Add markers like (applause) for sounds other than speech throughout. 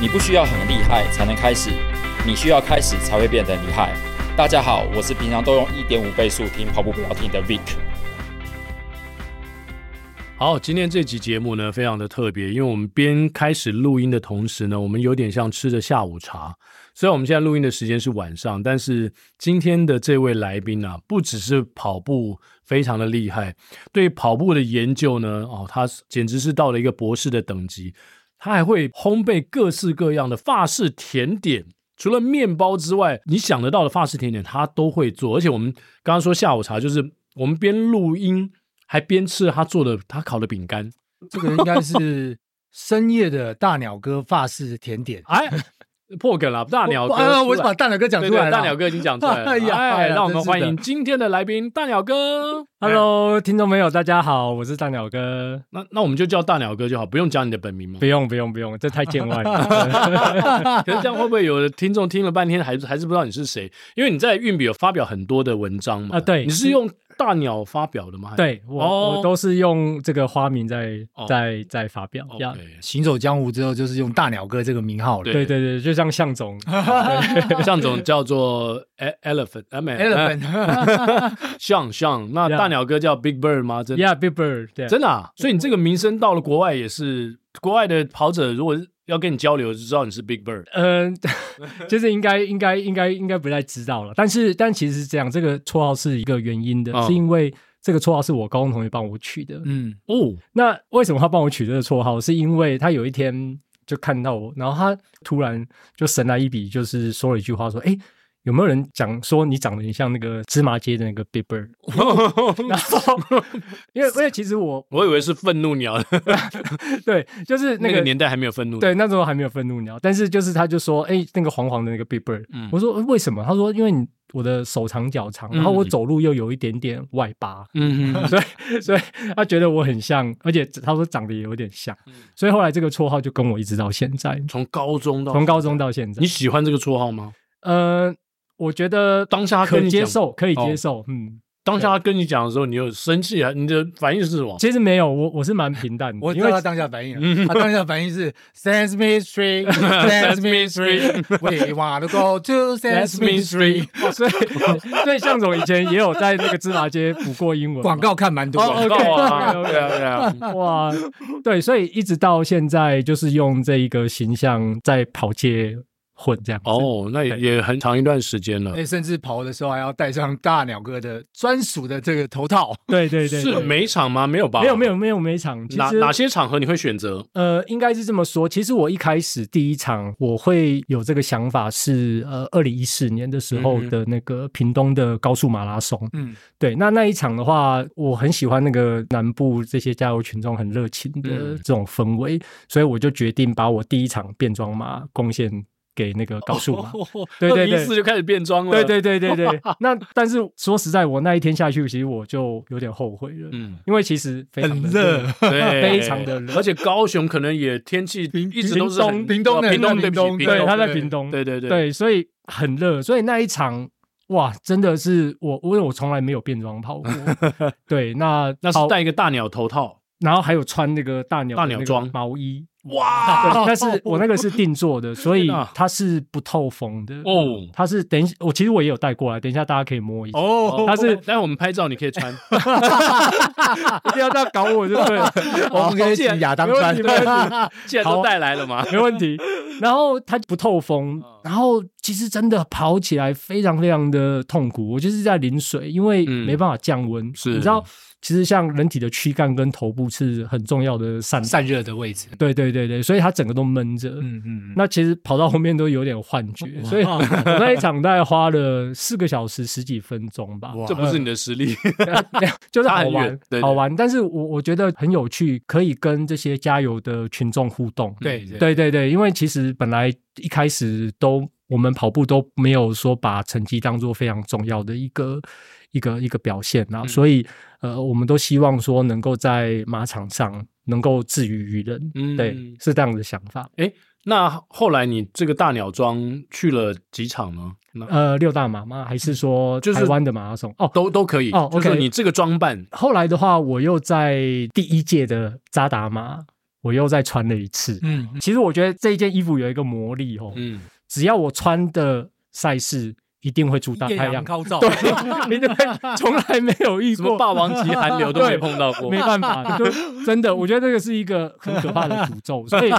你不需要很厉害才能开始，你需要开始才会变得厉害。大家好，我是平常都用一点五倍速听跑步不要停的 Vic。好，今天这集节目呢，非常的特别，因为我们边开始录音的同时呢，我们有点像吃着下午茶。虽然我们现在录音的时间是晚上，但是今天的这位来宾啊，不只是跑步非常的厉害，对跑步的研究呢，哦，他简直是到了一个博士的等级。他还会烘焙各式各样的法式甜点，除了面包之外，你想得到的法式甜点他都会做。而且我们刚刚说下午茶，就是我们边录音还边吃他做的他烤的饼干。 (laughs) 这个应该是深夜的大鸟哥法式甜点。哎，破梗了，大鸟哥我啊，我出来把大鸟哥讲对出对来了。大鸟哥已经讲出来了。 (laughs) 哎呀哎，哎呀让我们真是的欢迎今天的来宾大鸟哥。 Hello，听众朋友，大家好，我是大鸟哥。那那我们就叫大鸟哥就好，不用讲你的本名吗 (laughs) 不？用不用不用，这太见外了。可是这样会不会有的听众听了半天还还是不知道你是谁？因为你在运笔有发表很多的文章嘛。啊对你是用大鸟发表的吗？还是。 (laughs) 对我、哦我都是用这个花名在哦在在发表。呀 OK，行走江湖之后，就是用大鸟哥这个名号了。对对对，就像向 (laughs) 总， (laughs) 向总叫做 e- elephant，啊没 Elephant (laughs) 像像那 Yeah 大鸟哥叫 Big Bird 吗？真 Yeah，Big Bird，对，真的啊，所以你这个名声到了国外也是，国外的跑者如果要跟你交流，就知道你是 Big Bird。 (laughs) 嗯，就是应该应该应该应该不太知道了。但是但其实是这样，这个绰号是一个原因的，哦是因为这个绰号是我高中同学帮我取的。 (laughs) 嗯，哦，那为什么他帮我取这个绰号？是因为他有一天就看到我，然后他突然就神来一笔，就是说了一句话，说：“哎、有没有人讲说你长得很像那个芝麻街的那个 Big Bird？” (laughs) 然后，因为因为其实我我以为是愤怒鸟，对，就是那那个个年代还没有愤怒。对，，那时候还没有愤怒鸟，但是就是他就说，哎、那个黄黄的那个 Big Bird，、嗯我说、呃为什么？他说因为你我的手长脚长，然后我嗯走路又有一点点外八，嗯哼，所以所以 (laughs) 他觉得我很像，而且他说长得也有点像，嗯所以后来这个绰号就跟我一直到现在，从高中到从高中到现在你，喜欢这个绰号吗？呃，我觉得当下他可跟你接讲受，可以哦接受，嗯，当下他跟你讲的时候，你有生气啊？你的反应是 (laughs) 什么？其实没有，我我是蛮平 (laughs) 淡的，我知因道为他当下反应嗯了。他当下反应是 Sesame (laughs) Street，Sesame Street，We want to go to Sesame Street。 (laughs) 哦所以所以向总以前也有在那个芝麻街补过英文嘛广告看蛮哦多广的，告啊， OK，OK，OK 对啊对 (laughs) 啊，哇，对，所以一直到现在就是用这一个形象在跑界混这样子。哦，那也也很长一段时间了。哎，甚至跑的时候还要戴上大鸟哥的专属的这个头套。对对对，是对每场吗？没有吧？没有没有没有每场，其哪实哪些场合你会选择？呃，应该是这么说。其实我一开始第一场我会有这个想法是呃，二零一四年的时候嗯哼的那个屏东的高速马拉松。嗯，对，那那一场的话，我很喜欢那个南部这些加油群众很热情的嗯这种氛围，所以我就决定把我第一场变装马贡献给那个高速马。 (laughs) 哦对对对一次就开始变装了。对，对对对对，那但是说实在，我那一天下去，其实我就有点后悔了， (laughs) 嗯，因为其实非常的很热对，非常的热而且高雄可能也天气一直都是很屏东呃屏屏东东对人不起屏屏对，东他在对屏东，对对对对，所以很热，所以那一场哇，真的是我，因为我从来没有变装跑 (laughs) 过，对，那那好是戴一个大鸟头套，然后还有穿那个大鸟哦大的鸟那个装毛 (laughs) 衣，哇对，但是我那个是定做 (laughs) 的，所天以哪它是不透风的哦，哦它是等一下，我其实我也有带过来，等一下大家可以摸一下， (laughs) 哦，它是但我们拍照你可以 (laughs) 穿，一定要这样搞我就 (laughs) 对了，我哦们可以请亚当没问穿题。没问题既然都带来了嘛。没问题。然后它不透风，然后其实真的跑起来非常非常的痛苦，我就是在淋水，因为嗯没办法降温。是你知道，其实像人体的躯干跟头部是很重要的 (laughs) 散散热的位置。对对对对，所以他整个都闷着。嗯嗯，那其实跑到后面都有点幻觉，所以我那一场大概花了四个小时十几分钟吧。嗯哇这不是你的实力，嗯 (laughs) 就是差好很远玩对对，好玩。但是我我觉得很有趣，可以跟这些加油的群众互动。对对对对对，因为其实本来一开始都我们跑步都没有说把成绩当做非常重要的一个一个一个表现嗯啊，所以呃，我们都希望说能够在马场上能够自娱于人，嗯对，是这样的想法。 (laughs) 那后来你这个大鸟庄去了几场呢？那呃，六大马吗？还是说嗯就是台湾的马拉松？哦，都都可以，哦就是 OK 你这个装扮，后来的话，我又在第一届的扎达马，我又再穿了一次。嗯嗯其实我觉得这一件衣服有一个魔力哦，嗯，只要我穿的赛事，一定会出大艳太阳阳，(laughs) 高照，对，一 (laughs) 定会从来没有遇什么过。霸王级寒流都没碰到过 (laughs) 没，办法，就真的，我觉得这个是一个很可怕的 (laughs) 诅咒，所以，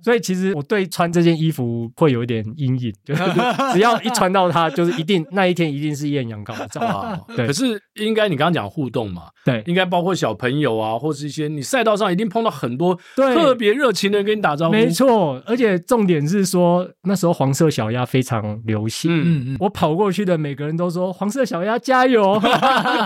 所以其实我对穿这件衣服会有一点阴影，就是 (laughs) 只要一穿到它，就是一定那一天一定是艳阳高照，啊，对可是应该你刚刚讲互动嘛，对，应该包括小朋友啊，或是一些你赛道上一定碰到很多对特别热情的人跟你打招呼，没错，而且重点是说，那时候黄色小鸭非常流嗯，行。嗯嗯，我跑过去的每个人都说：“黄色小鸭加油！”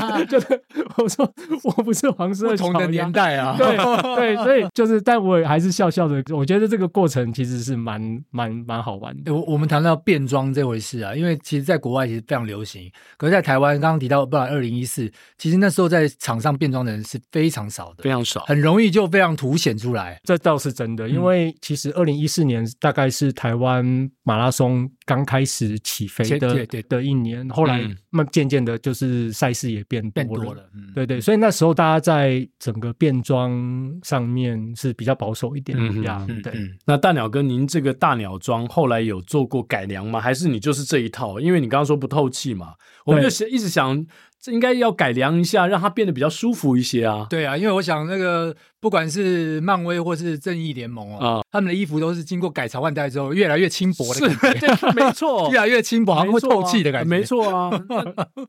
(laughs) 就是我说我不是黄色不小同鸭，的年代 (laughs) 啊，对对，所以就是，但我也还是笑笑的。我觉得这个过程其实是蛮蛮蛮好玩欸的。我我们谈到变装这回事啊，因为其实在国外其实非常流行，可是在台湾刚刚提到，不然二零一四，其实那时候在场上变装的人是非常少非的，常少，很容易就非常凸显 (laughs) 出来。这倒是真的，因为其实二零一四年大概是台湾马拉松刚开始起飞前的对对的一年，后来嗯慢渐渐的，就是赛事也变变多多了。了，嗯，对对，所以那时候大家在整个变装上面是比较保守一点嗯哼呀嗯，对。嗯，那大鸟哥，您这个大鸟装后来有做过改良吗？还是你就是这一套？因为你刚刚说不透气嘛，我们就想一直想，这应该要改良一下，让它变得比较舒服一些啊。对啊，因为我想那个不管是漫威或是正义联盟哦，啊他们的衣服都是经过改朝换代之后越来越轻薄的感 (laughs) 觉，对，没错 (laughs) 越来越轻薄，好像没会错啊透气的感觉，没。错啊，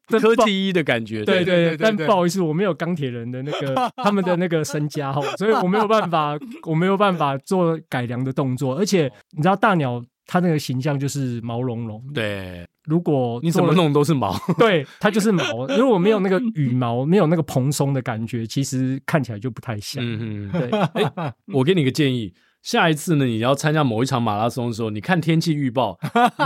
那科技一的感觉，对对对对但对不好意思，我没有钢铁人的那个他们的那个身家哦，所以我没有办法，我没有办法做改良的动作。而且你知道大鸟它那个形象就是毛茸茸，对，如果你怎么做了？弄都是毛，对，它就是毛。如果没有那个羽毛，没有那个蓬松的感觉，其实看起来就不太像。嗯嗯。对，我给你个建议，下一次呢，你要参加某一场马拉松的时候，你看天气预报，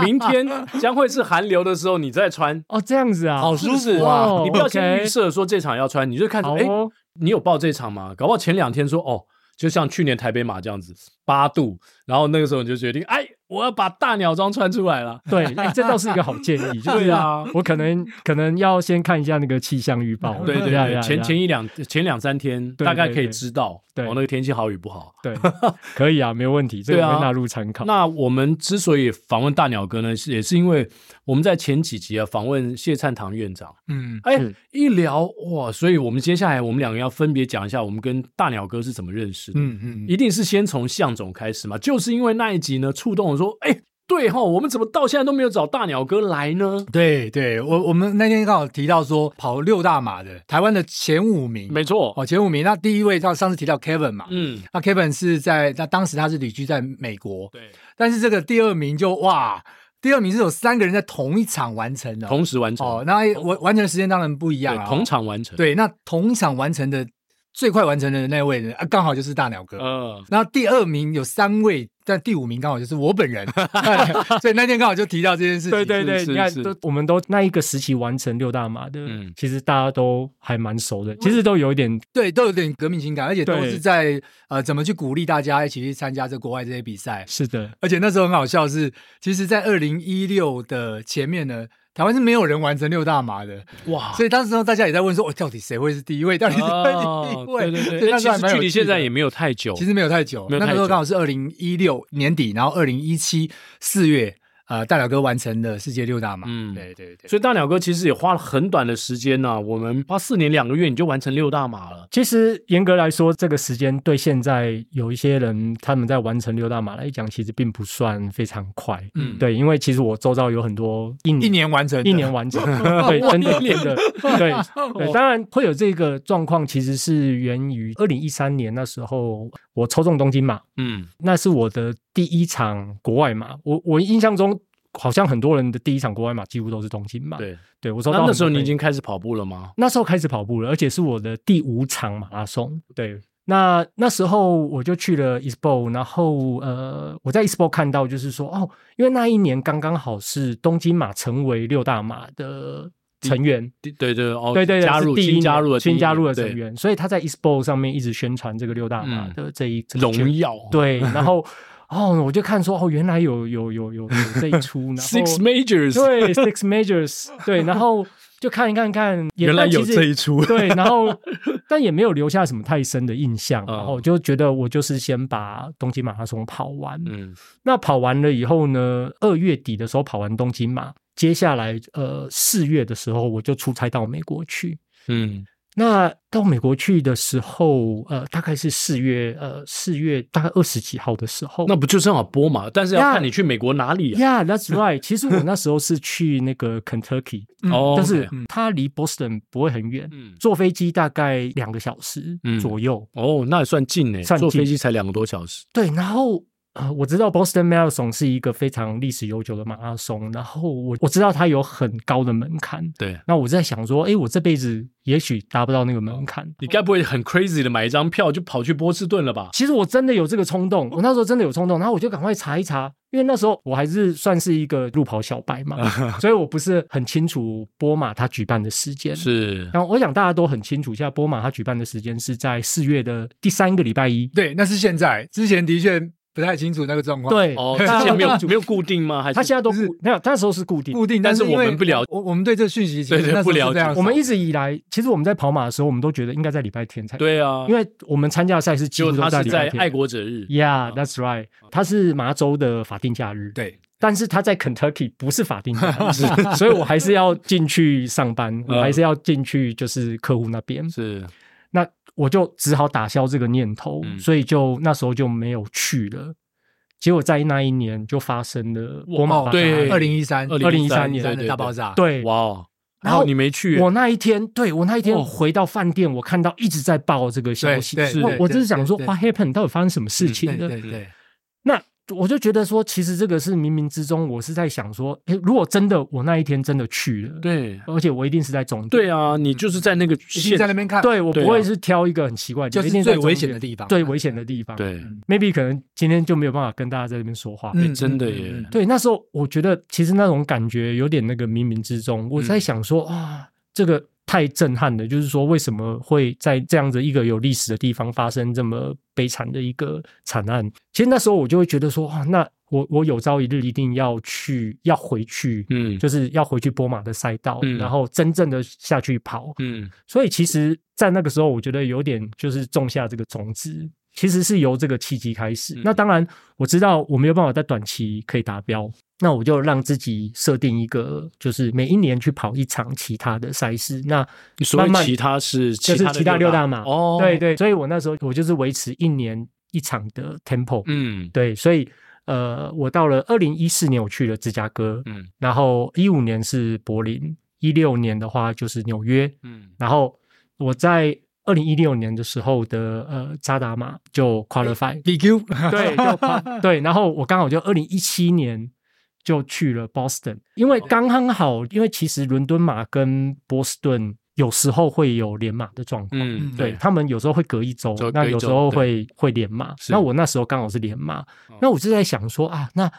明天将会是寒流的时候，你再 (laughs) 穿。哦，这样子啊，好是不舒是服啊！哦你不要先 OK 预设说这场要穿，你就看着好哎、哦，你有报这场吗？搞不好前两天说哦，就像去年台北马这样子八度，然后那个时候你就决定，哎，我要把大鸟装穿出来 (laughs) 了。对，欸这倒是一个好建议，就对是啊我可能可能要先看一下那个气象预报，对对呀呀对，呀前前一两前两三天对大概对可以对知道对哦那个天气好与不好。对，可以啊，没有 (laughs) 问题，这对个啊我会纳入参考。那我们之所以访问大鸟哥呢，是也是因为我们在前几集啊访问谢灿堂院长，嗯，哎是，一聊哇，所以我们接下来我们两个要分别讲一下我们跟大鸟哥是怎么认识的。嗯嗯，一定是先从向总开始嘛，就是因为那一集呢触动我说，哎、对哈，我们怎么到现在都没有找大鸟哥来呢？对对，我我们那天刚好提到说跑六大马的台湾的前五名，没错，哦前五名，那第一位他上次提到 Kevin 嘛，嗯，那 Kevin 是在那当时他是旅居在美国，对，但是这个第二名就哇，第二名是有三个人在同一场完成的，同时完成，哦，那完完成的时间当然不一样对啊，，同场完成，，对，那同一场完成的最快完成的那位呢，啊刚好就是大鸟哥。呃，然后第二名有三位，但第五名刚好就是 (laughs) 我本人，哎所以那天刚好就提到这件事情。对对对，是是你看是，都我们都那一个时期完成六大马的嗯，其实大家都还蛮熟的，其实都有一点对，都有点革命情感，而且都对是在呃怎么去鼓励大家一起去参加这国外这些比赛。是的，而且那时候很好笑是，其实，在二零一六的前面呢，台湾是没有人完成六大马的， (laughs) 哇，所以当时候大家也在问说，哦，到底谁会是第一位？到底谁会是第哦一位？对对所以对，哎那时其候还实蛮有距离趣的现在也没有太久，其实没有太久，没有太那久时候刚好是二零一六年底，然后二零一七四月。呃大表哥完成了世界六大马。嗯对对对。所以大鸟哥其实也花了很短的时间呐、我们花四年两个月你就完成六大马了。其实严格来说，这个时间对现在有一些人他们在完成六大马来讲，其实并不算非常快。嗯对，因为其实我周遭有很多一年一年完成的，一年 (laughs) 完成，对，真的真的，对对，当然会有这个状况，其实是源于二零一三年那时候我抽中东京马，嗯那是我的第一场国外马，我我印象中。好像很多人的第一场国外马几乎都是东京马，，对。对我抽那到那时候很你多已倍经开始跑步了吗？那时候开始跑步了，而且是我的第五场马拉松。对，那那时候我就去了 Expo，然后呃，我在 Expo 看到就是说哦，因为那一年刚刚好是东京马成为六大马的成员，对对对，哦，对对对，加是入第一新年加入了新加入的成成员员，所以他在 Expo 上面一直宣传这个六大马嗯的这一这个圈荣耀 (laughs) 对，然后哦，我就看说哦，原来有有有有有这一 (laughs) 出，然后 Six Majors，对 Six Majors，对，然后就看一看看，也原来但其有实这一 (laughs) 出对，然后但也没有留下什么太深的印象，嗯然后我就觉得我就是先把东京马拉松跑完，嗯那跑完了以后呢，二月底的时候跑完东京马，接下来呃四月的时候我就出差到美国去，嗯那到美国去的时候，呃，大概是四月，呃，四月大概二十几号的时候。那不就正好播嘛？但是要呀看你去美国哪里啊。 Yeah, that's right。其实我那时候是去那个 Kentucky， (laughs) 哦，嗯但是 OK 它离 Boston 不会很远，嗯，坐飞机大概两个小时嗯左右。哦，那也算近呢，算坐飞近机才两个多小时。对，然后呃，我知道 Boston Marathon 是一个非常历史悠久的马拉松，然后我我知道它有很高的门槛。对，那我在想说，诶，我这辈子也许达不到那个门槛。你该不会很 crazy 的买一张票就跑去波士顿了吧？其实我真的有这个冲动，我那时候真的有冲动，然后我就赶快查一查，因为那时候我还是算是一个路跑小白嘛，所以我不是很清楚波马它举办的时间。。是，然后我想大家都很清楚，现在波马它举办的时间是在四月的第三个礼拜一。对，那是现在，之前的确不太清楚那个状况。，对， (laughs) 哦，之大家前都没有清楚没有固定吗？还是它现在都就是固没有，它那时候是固定。固定，但是因我们为不了我我们对这讯息其实对对那时候不了是这样解子我们一直以来，其实我们在跑马的时候，我们都觉得应该在礼拜天才，对啊，因为我们参加的赛事几结乎果都他是礼在拜天。爱国者日。 Yeah，that's right，它是麻州的法定假日。对，但是他在 Kentucky 不是法定假 (laughs) 日，所以我还是要进去上班，我还是要进去就是客户那边，嗯是，那我就只好打消这个念头，嗯所以就那时候就没有去了。结果在那一年就发生了我马哦爆炸对二零一三2013年年对对的大爆炸，对哇哦，然然后后你没去，我那一天，对我那一天哦我回到饭店，我看到一直在报这个消息，对对是我对我只是想说对对嗯，What happened？到底发生什么事对情了？对对，那我就觉得说，其实这个是冥冥之中，我是在想说，诶如果真的我那一天真的去了，对而且我一定是在终点，对啊，你就是在那个一定现在那边看，对我对啊不会是挑一个很奇怪的地就方，是一定在最中危间险的地方，最危险的地方。对， ，maybe 可能今天就没有办法跟大家在这边说话。嗯，嗯真的耶嗯嗯对，那时候我觉得其实那种感觉有点那个冥冥之中，我嗯在想说啊，这个太震撼了，就是说为什么会在这样子一个有历史的地方发生这么悲惨的一个惨案？其实那时候我就会觉得说，啊，那我我有朝一日一定要去，要回去。嗯就是要回去波马的赛道，嗯然后真正的下去跑，嗯所以其实，在那个时候，我觉得有点就是种下这个种子，其实是由这个契机开始。嗯那当然，我知道我没有办法在短期可以达标，那我就让自己设定一个，就是每一年去跑一场其他的赛事。那所慢以慢其他是就其是他的其他六六大大马哦，对，对，所以我那时候我就是维持一年一场的 tempo，、嗯对，所以呃，我到了二零一四年，我去了芝加哥，嗯然后一五年是柏林，一六年的话就是纽约，嗯，然后我在二零一六年的时候的呃扎达马就 (laughs) qualify， DQ， (laughs) 对，就 qua- 对，然后我刚好就二零一七年就去了 Boston，因为刚刚好，因为其实伦敦马跟波士顿有时候会有连马的状况。嗯嗯对他们有时候会隔一周隔，那隔一有时周候对会会连马。是那我那时候刚好是连马，那我就在想说啊，那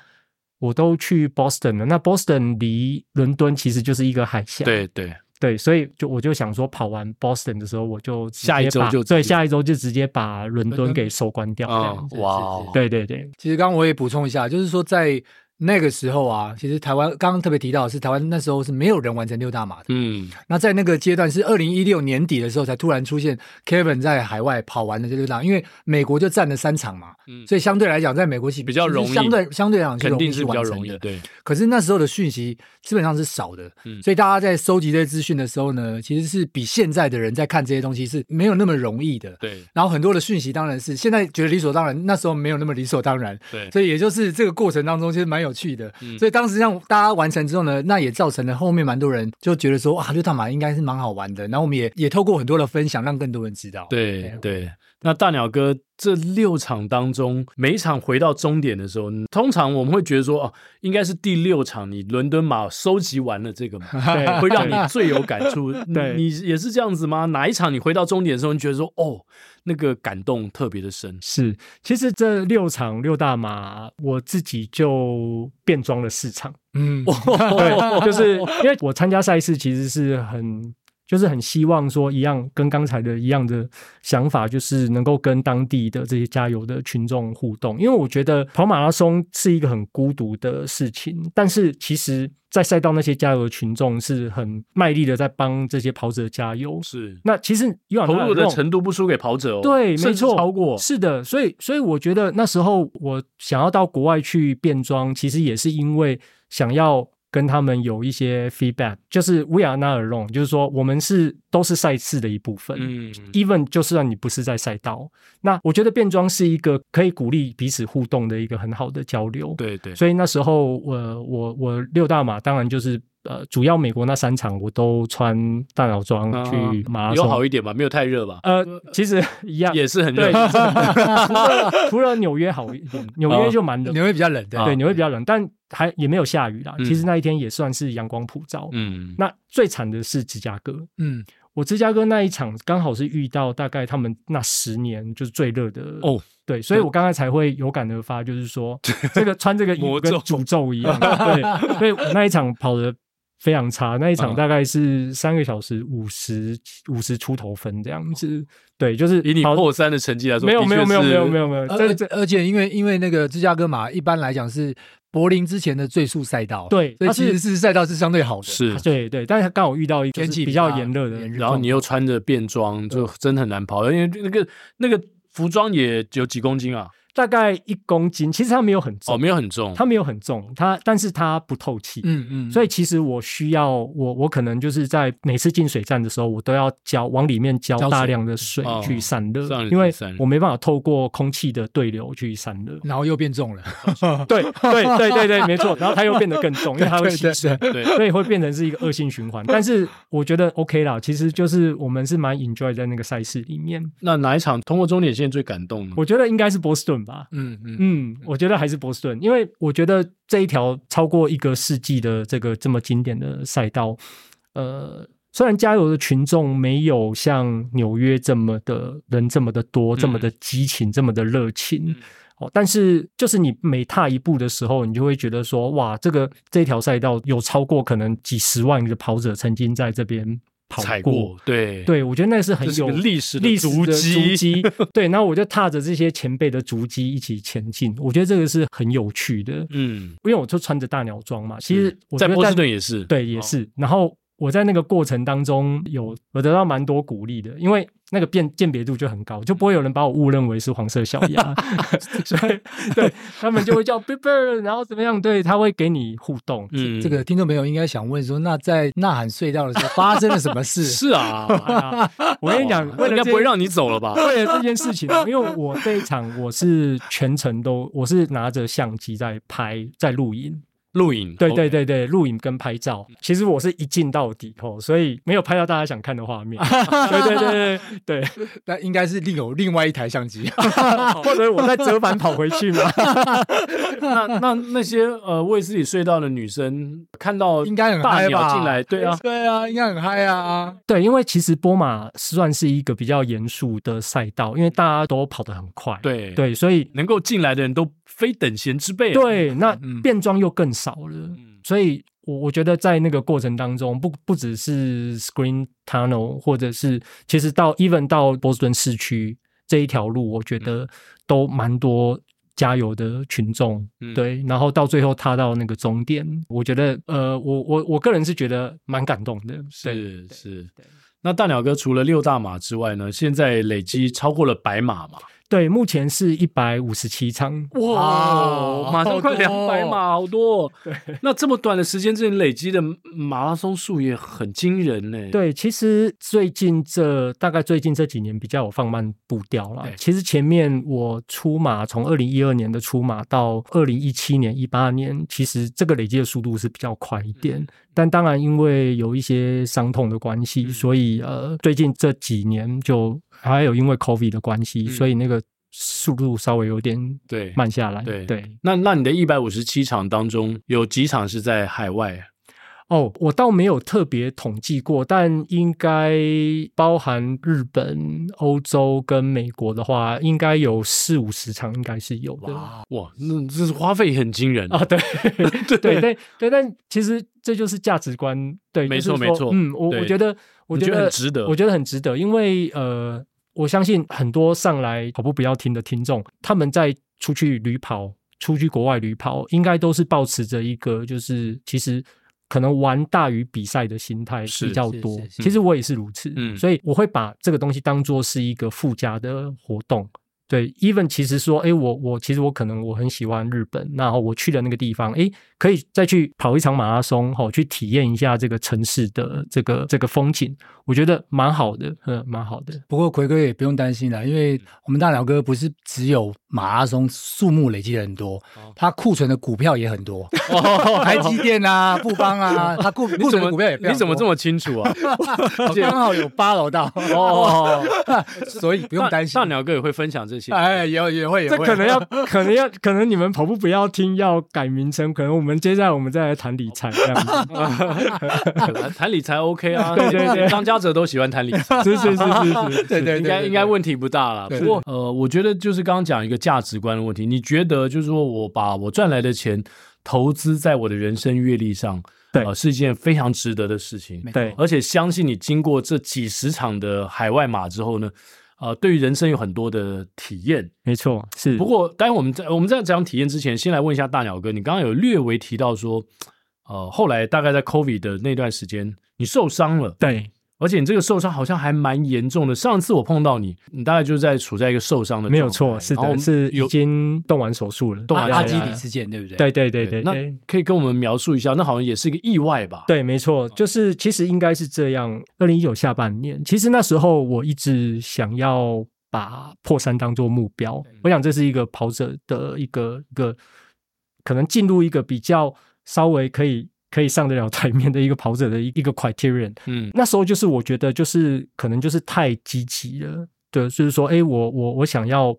我都去 Boston 了，那 Boston 离伦敦其实就是一个海峡，对对，对，所以就我就想说，跑完 Boston 的时候，我就直接下一周把就直对，接下一周就直接把伦敦给收官掉。这啊样子哇哦，对对对，其实刚刚我也补充一下，就是说在那个时候啊，其实台湾刚刚特别提到的是，台湾那时候是没有人完成六大马的。嗯，那在那个阶段是二零一六年底的时候，才突然出现 Kevin 在海外跑完的这六大，因为美国就占了三场嘛，嗯所以相对来讲，在美国其实比较容易其实相对相对来讲肯定是是容比较易去完成容易的，。对，可是那时候的讯息基本上是少的，嗯所以大家在收集这些资讯的时候呢，其实是比现在的人在看这些东西是没有那么容易的。对，然后很多的讯息当然是现在觉得理所当然，那时候没有那么理所当然，对，所以也就是这个过程当中其实蛮有趣的。嗯所以当时让大家完成之后呢，那也造成了后面蛮多人就觉得说哇，六大马应该是蛮好玩的。然后我们也也透过很多的分享，让更多人知道。对对。那大鸟哥这六场当中，每一场回到终点的时候，通常我们会觉得说，哦，应该是第六场你伦敦马收集完了 (laughs) 这个嘛，对会让你最有感触。 (laughs) 对你你也是这样子吗？哪一场你回到终点的时候，你觉得说，哦，那个感动特别的深？是，其实这六场六大马，我自己就变装了四场。 (laughs) 嗯， (laughs) 对，就是因为我参加赛事其实是很，就是很希望说一样跟刚才的一样的想法，就是能够跟当地的这些加油的群众互动。因为我觉得跑马拉松是一个很孤独的事情，但是其实，在赛道那些加油的群众是很卖力的在帮这些跑者加油。是那其实以往投入的那种程度不输给跑者哦，对，没甚至错，超过是的，所以所以我觉得那时候我想要到国外去变装，其实也是因为想要跟他们有一些 feedback，就是 we are not alone，就是说我们是都是赛事的一部分。嗯， even 就算你不是在赛道，那我觉得变装是一个可以鼓励彼此互动的一个很好的交流。对对，所以那时候我我我六大马当然就是呃，主要美国那三场我都穿大脑装啊去马拉有松。好一点吧，没有太热吧，呃，其实 (laughs) 一样，也是很热 (laughs) 对，，(laughs) 除了除了纽约好一点，纽哦约就蛮冷你，会比较冷的。对，纽约比较冷，但还也没有下雨啦。啊嗯其实那一天也算是阳光普照。嗯，那最惨的是芝加哥，嗯，我芝加哥那一场刚好是遇到大概他们那十年就是最热的哦，对，所以我刚才才会有感而发，就是说这个穿这个衣服魔跟咒诅咒一样，(laughs) 对，所以我那一场跑的非常差，那一场嗯大概是三个小时五十五十出头分这样子，对，就是哦以你跑破三的成绩来说，没有没有没有没有没有，有没有，这而这而且因为因为那个芝加哥马一般来讲是柏林之前的最速赛道，，对，所以它其实是是赛道是相对好的。是，对对，但是它刚好遇到一就是天气比较较炎热的炎，然后你又穿着便装，就真的很难跑，因为那个那个服装也有几公斤啊，大概一公斤，其实它没有很哦，重，没有很重，它没有很重，它但是它不透气，嗯嗯，所以以其实我需要我我可能就是在每次进水站的时候，我都要浇往里面浇浇水大量的水哦去散热，这样子因为散热我没办法透过空气的对流去散热。然后又变重了， (laughs) 对对对对对，没错。然后它又变得更重，因为 (laughs) 它会吸水。对，所以会变成是一个恶性循环。但是我觉得 OK 啦，其实就是我们是蛮 enjoy 在那个赛事里面。那哪一场通过终点线最感动呢？我觉得应该是波士顿吧。嗯嗯，嗯，我觉得还是波士顿，因为我觉得这一条超过一个世纪的这个这么经典的赛道，呃，虽然加油的群众没有像纽约这么的人这么的嗯多，这么的激情，这么的热情，哦，但是就是你每踏一步的时候，你就会觉得说，哇，这个这条赛道有超过可能几十万个跑者曾经在这边跑踩过过，对，对，我觉得那是很这是有个历史的历史足的迹迹。 (laughs) 对，然后我就踏着这些前辈的足迹一起前进，我觉得这个是很有趣的。嗯，因为我就穿着大鸟装嘛，其实我在觉得波士顿也是，哦对也是。然后我在那个过程当中有我得到蛮多鼓励的，因为那个辨鉴别度就很高，就不会有人把我误认为是黄色小 (laughs) 鸭，所以对他们就会叫 Bieber，然后怎么样？对，他会给你互动。嗯，这个听众朋友应该想问说，那在呐喊隧道的时候发生了什么事？是 (laughs) 啊，哦啊我跟你讲，为应该了这不会让你走 (laughs) 了吧？为了这件事情，啊因为我这一场我是全程都我是拿着相机在拍，在录影。录影， (laughs) 对对对对，录影跟拍照，其实我是一镜到底哦，所以没有拍到大家想看的画面。对对对对对，那应该是另有另外一台相机。或者我再折返跑回去嘛。那那那些呃卫斯理隧道的女生看到 (laughs) 应该很大嗨鸟吧？进来，对啊，对啊，应该很嗨啊！ (laughs) 对，因为其实波马算是一个比较严肃的赛道，因为大家都跑得很快。对，对，所以能够进来的人都非等闲之辈啊。对，那嗯变装又更少了，嗯所以我我觉得在那个过程当中，不不只是 Screen Tunnel，或者是其嗯实到 even 到波士顿市区这一条路，我觉得都蛮多加油的群众，嗯对，然后到最后踏到那个终点，我觉得呃，我我我个人是觉得蛮感动的，对是是。那大鸟哥除了六大马之外呢，现在累积超过了百马嘛？对，目前是一百五十七场，哇，马上快好多两哦百马，好多、哦。那这么短的时间之内累积的马拉松数也很惊人呢。，对，其实最近这大概最近这几年比较有放慢步调啦。其实前面我出马，从二零一二年的出马到二零一七年、一八年，其实这个累积的速度是比较快一嗯点。但当然，因为有一些伤痛的关系，嗯所以呃，最近这几年就还有因为 COVID 的关系，嗯所以那个速度稍微有点对慢下来。对对，那那你的一百五十七场当中，有几场是在海外？哦，我倒没有特别统计过，但应该包含日本、欧洲跟美国的话，应该有四五十场，应该是有的。哇，哦那这是花费也很惊人啊，对对对对对，但其实这就是价值观，对，没就是错没说错嗯，我对我觉得，我你觉觉得得很值得我觉得很值得，因为呃，我相信很多上来跑步不要停的听众，他们在出去旅跑、出去国外旅跑，应该都是保持着一个就是其实。可能玩大于比赛的心态是比较是多是，是其实我也是如此，嗯所以我会把这个东西当做是一个附加的活动，对，even 其实说，哎，我我其实我可能我很喜欢日本，然后我去了那个地方，哎，可以再去跑一场马拉松，吼、去体验一下这个城市的这个这个风景，我觉得蛮好的，嗯，蛮好的。不过奎哥也不用担心啦，因嗯为我们大鸟哥不是只有马拉松数目累积的很多，哦他库存的股票也很多，台积电啊、富邦啊，他库你库怎存的么股票也非常你怎么这么么清楚 (laughs) 啊？刚好有八楼到哦， (laughs) 所以不不用担心大。鸟哥也会分享这些。哎，也有也会也这会，可 (laughs) 能要，可能要，可能你们跑步不要听，要改名称。可能我们接下来我们再来谈理财这 (laughs) 样子。 (laughs) 谈理财 OK (laughs) 啊，对对对张家哲都喜欢 (laughs) 谈理财。是是是是是，对对对，应该对应该问题不大啦。对不过呃，我觉得就是刚刚讲一个价值观的问题，你觉得就是说我把我赚来的钱投资在我的人生阅历上，对呃是一件非常值得的事情。对而且相信你经过这几十场的海外马之后呢，呃，对于人生有很多的体验。没错，是。不过，当然我们在我们在讲体验之前，先来问一下大鸟哥，你刚刚有略微提到说，呃，后来大概在 COVID 的那段时间，你受伤了。对而且你这个受伤好像还蛮严重的。上次我碰到你，你大概就是在处在一个受伤的状态，没有错，是然后的，是已有经动完手术了，动完阿手阿术基对里事件对不对？对对对对，那对可以跟我们描述一下，那好像也是一个意外吧？，对，没错，就是其实应该是这样。二零一九下半年，其实那时候我一直想要把破三当做目标，我想这是一个跑者的一个一个可能进入一个比较稍微可以可以上得了台面的一个跑者的一一个 criterion。嗯那时候就是我觉得就是可能就是太积极了，对，就是说，哎，我我我想要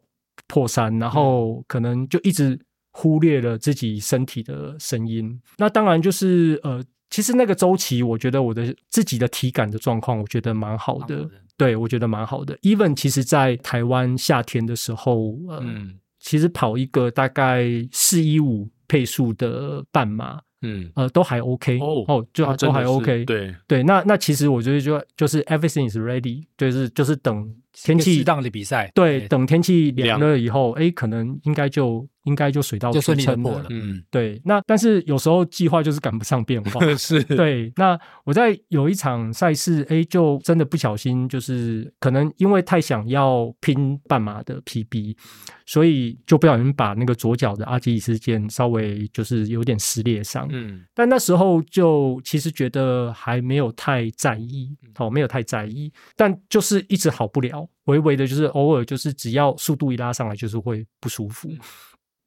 破三，然嗯后可能就一直忽略了自己身体的声音。那当然就是呃，其实那个周期，我觉得我的自己的体感的状况，我觉得蛮好的，对我觉得蛮好的。even 其实，在台湾夏天的时候，呃，嗯其实跑一个大概四一五配速的半马，嗯，呃，都还 OK 哦就那还真都的还是 OK，对，对，那那其实我觉得就就是 everything is ready，就是就是等天一个气适当的比赛，对，等天气凉凉了以后，哎，可能应该就应该就水到就渠顺利地成破了嗯， (laughs) 对，那但是有时候计划就是赶不上变 (laughs) 化。是，对，那我在有一场赛事，哎，就真的不小心，就是可能因为太想要拼半马的 PB，所以就不小心把那个左脚的阿基里斯腱稍微就是有点撕裂伤。嗯但那时候就其实觉得还没有太在意，嗯哦，没有太在意，但就是一直好不了，微微的，就是偶尔就是只要速度一拉上来，就是会不舒服。嗯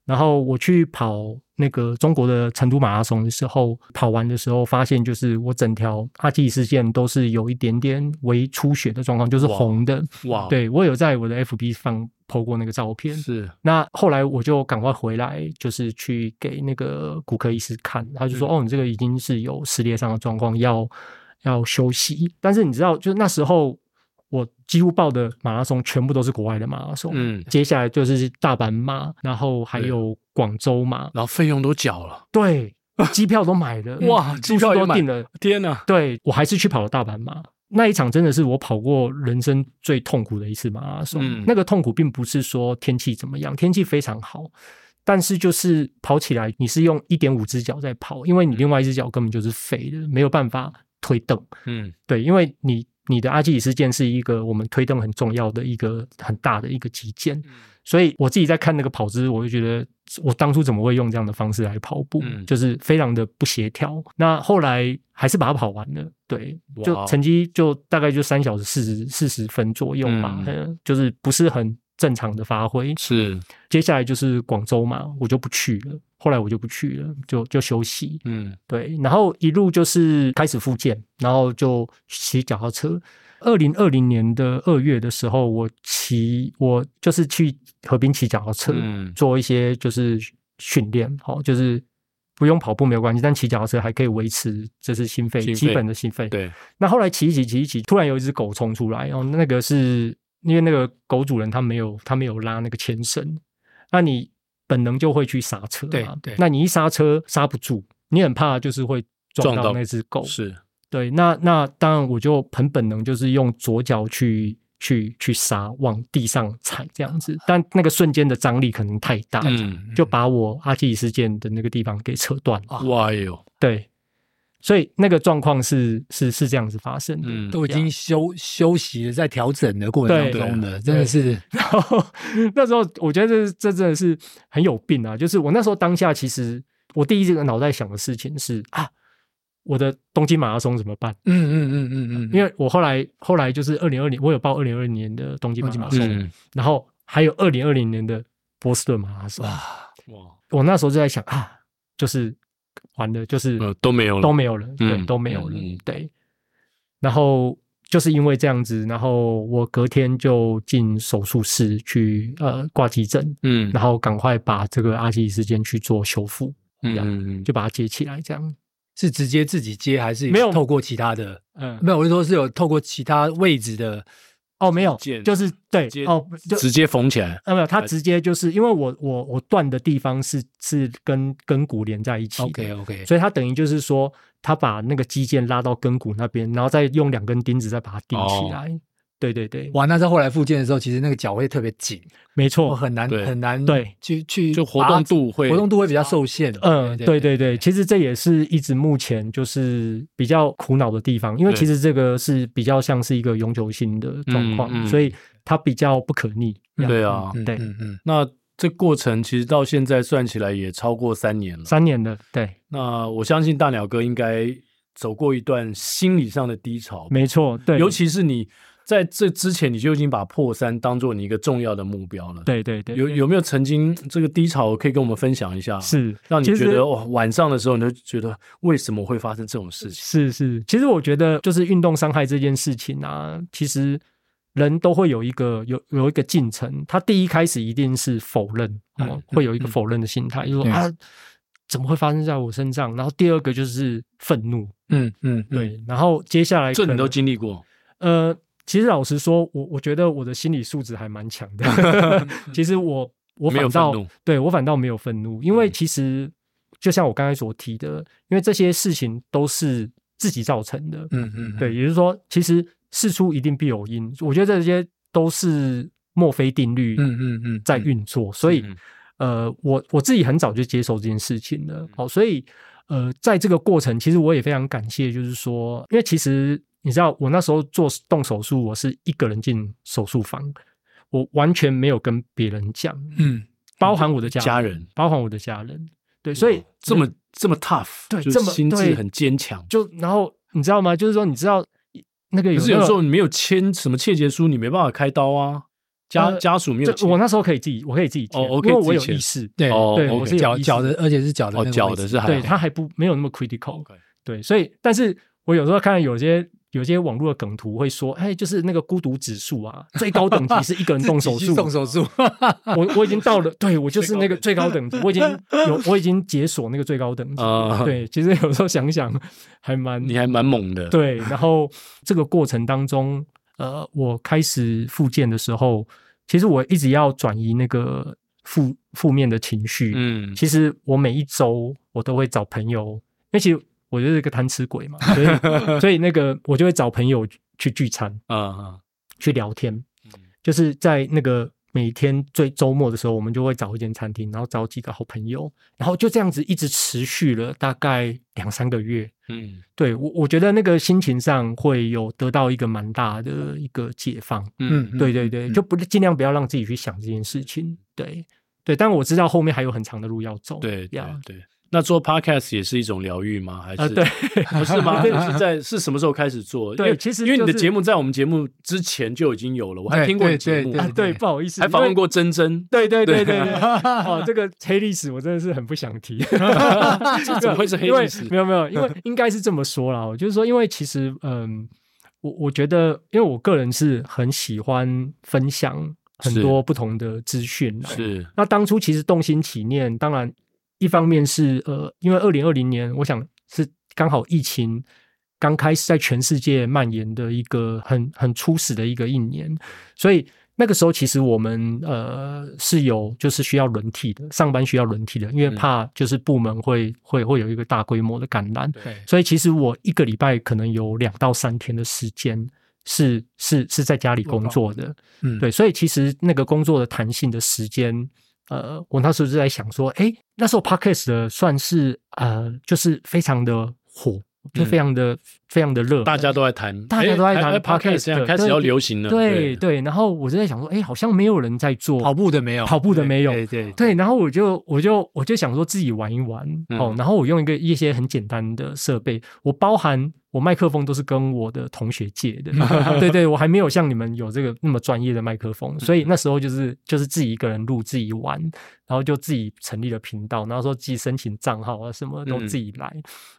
然后我去跑那个中国的成都马拉松的时候，跑完的时候发现，就是我整条阿基里斯腱都是有一点点微出血的状况，就是哇红的。哇，，对我有在我的 FB 放 PO 过那个照片，是，那后来我就赶快回来，就是去给那个骨科医师看，他就说：“嗯哦，你这个已经是有撕裂伤的状况，要要休息。”但是你知道，就是那时候我几乎报的马拉松全部都是国外的马拉松，嗯接下来就是大阪马，然后还对有广州马，然后费用都缴了，对，机票都买了，哇住机票宿也都买订了，天哪，对我还是去跑了大阪马。那一场真的是我跑过人生最痛苦的一次马拉松。嗯那个痛苦并不是说天气怎么样，天气非常好，但是就是跑起来，你是用一点五只脚在跑，因为你另外一只脚根本就是废的，没有办法推蹬。嗯对，因为你你的阿基里斯腱是一个我们推动很重要的一个很大的一个肌腱，嗯所以我自己在看那个跑姿，我就觉得我当初怎么会用这样的方式来跑步，嗯就是非常的不协调。那后来还是把它跑完了，对，哇就哦成绩就大概就三小时四十四十分左右吧，嗯嗯，就是不是很正常的发挥，是接下来就是广州嘛，我就不去了。后来我就不去了，就就休息。嗯对，然后一路就是开始复健，然后就骑脚踏车。二零二零年的二月的时候，我骑我就是去河滨骑脚踏车，嗯做一些就是训练，好、就是不用跑步没有关系，但骑脚踏车还可以维持就是心肺心肺基本的心肺。对那后来骑一骑骑一骑，突然有一只狗冲出来，然、后那个是因为那个狗主人他没有他没有拉那个牵绳，那你本能就会去刹车嘛，啊对对那你一刹车刹不住，你很怕就是会撞撞到到那只狗，是对，那那当然我就很本能就是用左脚去。去去刹，往地上踩这样子，但那个瞬间的张力可能太大，嗯就把我阿基里斯腱的那个地方给扯断了。哇哎哟对，所以那个状况是是是这样子发生的。嗯都已经休休息了，在调整的过程当对中的，真的是 (laughs) 然后那时候我觉得这这真的是很有病啊！就是我那时候当下，其实我第一个脑袋想的事情是啊，我的东京马拉松怎么办？嗯嗯嗯嗯嗯，因为我后来后来就是二零二零，我有报二零二零年的东京马拉松，嗯然后还有二零二零年的波士顿马拉松。哇我那时候就在想啊，就是完了，就是、呃都没有了都没有了，对，嗯都没有了，嗯嗯对。然后就是因为这样子，然后我隔天就进手术室去呃挂急诊，嗯然后赶快把这个阿基里斯腱去做修复，嗯这样嗯嗯就把它接起来，这样，是直接自己接还是没有透过其他的？嗯，没有，我是说是有透过其他位置的，哦，没有件，就是对接，哦，就直接缝起来啊，没有，它直接就是因为我我我断的地方是是跟跟骨连在一起的 OK OK，所以它等于就是说，它把那个肌腱拉到根骨那边，然后再用两根钉子再把它钉哦起来。对对对，哇，那在后来复健的时候，其实那个脚会特别紧，没我错，很难对很难哦对去去就活把它动度会活动度会比较受限。嗯，对对对，其实这也是一直目前就是比较苦恼的地方，因为对其实这个是比较像是一个永久性的状况，嗯嗯所以它比较不可逆。对啊嗯对，嗯嗯，那这过程其实到现在算起来也超过三年了。三年的，对，那我相信大鸟哥应该走过一段心理上的低潮，没错，对，尤其是你在这之前，你就已经把破三当做你一个重要的目标了。，对对对，有有没有曾经这个低潮可以跟我们分享一下？，是让你其觉实得哇，晚上的时候你就觉得为什么会发生这种事情？是是，其实我觉得就是运动伤害这件事情啊，其实人都会有一个有有一个进程，他第一开始一定是否认，哦、嗯会有一个嗯否认的心态，就说对啊怎么会发生在我身上？然后第二个就是愤怒，嗯嗯，对，然后接下来这你可都能经历过，呃，其实老实说，我我觉得我的心理素质还蛮强的。 (laughs) 其实我我没有反愤倒怒对我反倒没有愤怒，因为嗯其实就像我刚才所提的，因为这些事情都是自己造成的。嗯嗯，对，也就是说，其实事出一定必有因，我觉得这些都是墨菲定律嗯嗯嗯在运作，所以嗯呃，我我自己很早就接受这件事情了。好，所以呃，在这个过程，其实我也非常感谢，就是说，因为其实你知道，我那时候做动手术，我是一个人进手术房，我完全没有跟别人讲，嗯，包含我的家家人，包含我的家人，对，所以哇哦这么这么 tough，对就这么心智对很坚强。就然后你知道吗？就是说，你知道那个可有是那有个时候你没有签什么切结书，你没办法开刀啊，家、呃家属没有就签。我那时候可以自己，我可以自己哦签，我可以因为自己我有签意识，对哦对 OK 我是有脚意识脚的，而且是脚的哦那个脚位的置是还对好他还不没有那么 critical， OK 对，所以但是我有时候看有些有些网络的梗图会说，哎，就是那个孤独指数啊，最高等级是一个人动手自己术去，动手术， (laughs) 我我已经到了，对我就是那个最高等级，我已经有我已经解锁那个最高等级了，啊对，其实有时候想想还蛮你还蛮猛的。，对，然后这个过程当中，呃，我开始复健的时候，其实我一直要转移那个负负面的情绪，嗯，其实我每一周我都会找朋友，因为其实我就是一个贪吃鬼嘛，(laughs) 所以所以那个我就会找朋友去聚餐、啊、嗯去聊天，就是在那个每天最周末的时候，我们就会找一间餐厅，然后找几个好朋友，然后就这样子一直持续了大概两三个月。嗯对我，我觉得那个心情上会有得到一个蛮大的一个解放。嗯，嗯对对对，就不尽量不要让自己去想这件事情。对对，但我知道后面还有很长的路要走。对对呀，对。那做 podcast 也是一种疗愈吗？还啊是对，不是 (laughs) 吗？你是在是什么时候开始做？对因为其实因为你的就是节目在我们节目之前就已经有了，我还对听过你对节对目，啊对对，不好意思，还访因问为过珍珍，对对对对对 (laughs) 对，哦，这个黑历史我真的是很不想提，这 (laughs) 怎么会是黑因为历史没？有没有，因为应该是这么说啦，我哦就是说，因为其实嗯，我我觉得，因为我个人是很喜欢分享很是多不同的资讯啦，是那当初其实动心起念，当然一方面是呃，因为二零二零年，我想是刚好疫情刚开始在全世界蔓延的一个很很初始的一个一年，所以那个时候其实我们呃是有就是需要轮替的，上班需要轮替的，因为嗯怕就是部门会会会有一个大规模的感染，对所以其实我一个礼拜可能有两到三天的时间是是是在家里工作的，嗯对，所以其实那个工作的弹性的时间，呃，我那时候就在想说，诶，那时候 podcast 的算是呃，就是非常的火，就非常的、非常的嗯热，大家都在谈，大家都在谈哎台 podcast， podcast，现在开始对要流行了，对对，然后我就在想说，诶，好像没有人在做跑步的没有，跑步的没有对对对，然后我就我就我就想说自己玩一玩、哦嗯，然后我用一个一些很简单的设备，我包含我麦克风都是跟我的同学借的，对对，我还没有像你们有这个那么专业的麦克风，所以那时候就是就是自己一个人录自己玩，然后就自己成立了频道，然后说自己申请账号啊什么都嗯自己来，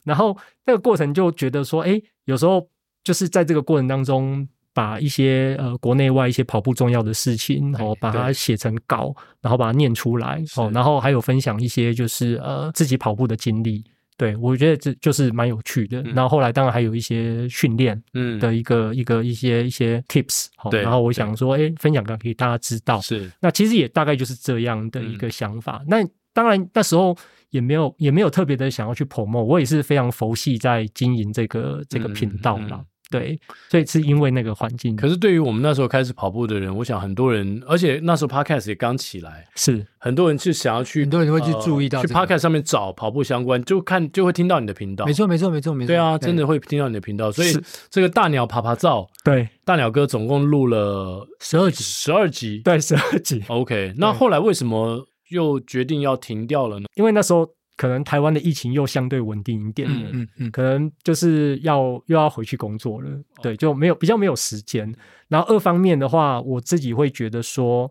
然后那个过程就觉得说，哎，有时候就是在这个过程当中。把一些呃国内外一些跑步重要的事情，然后把它写成稿，然后把它念出来哦，然后还有分享一些就是呃自己跑步的经历，对我觉得这就是蛮有趣的。然后后来当然还有一些训练嗯，的一个、一个一些一些 tips 好、对然后我对想说，哎，分享给大家知道，是嗯那其实也大概就是这样的一个想法。那当然那时候也没有也没有特别的想要去 promo，我也是非常佛系在经营这个这个频道嗯嗯啦。嗯对，所以是因为那个环境，可是对于我们那时候开始跑步的人，我想很多人，而且那时候 podcast 也刚起来，是很多人是想要去，呃很多人会去注意到去这个 podcast 上面找跑步相关，就看就会听到你的频道，没。错没错没错没错，对啊，真的会听到你的频道，所以这个大鸟爬爬照，对大鸟哥总共录了十二集，十二集。对十二集， OK，那后来为什么又决定要停掉了呢？因为那时候可能台湾的疫情又相对稳定一点了，嗯嗯嗯，可能就是要又要回去工作了，哦对，就没有比较没有时间。然后二方面的话，我自己会觉得说，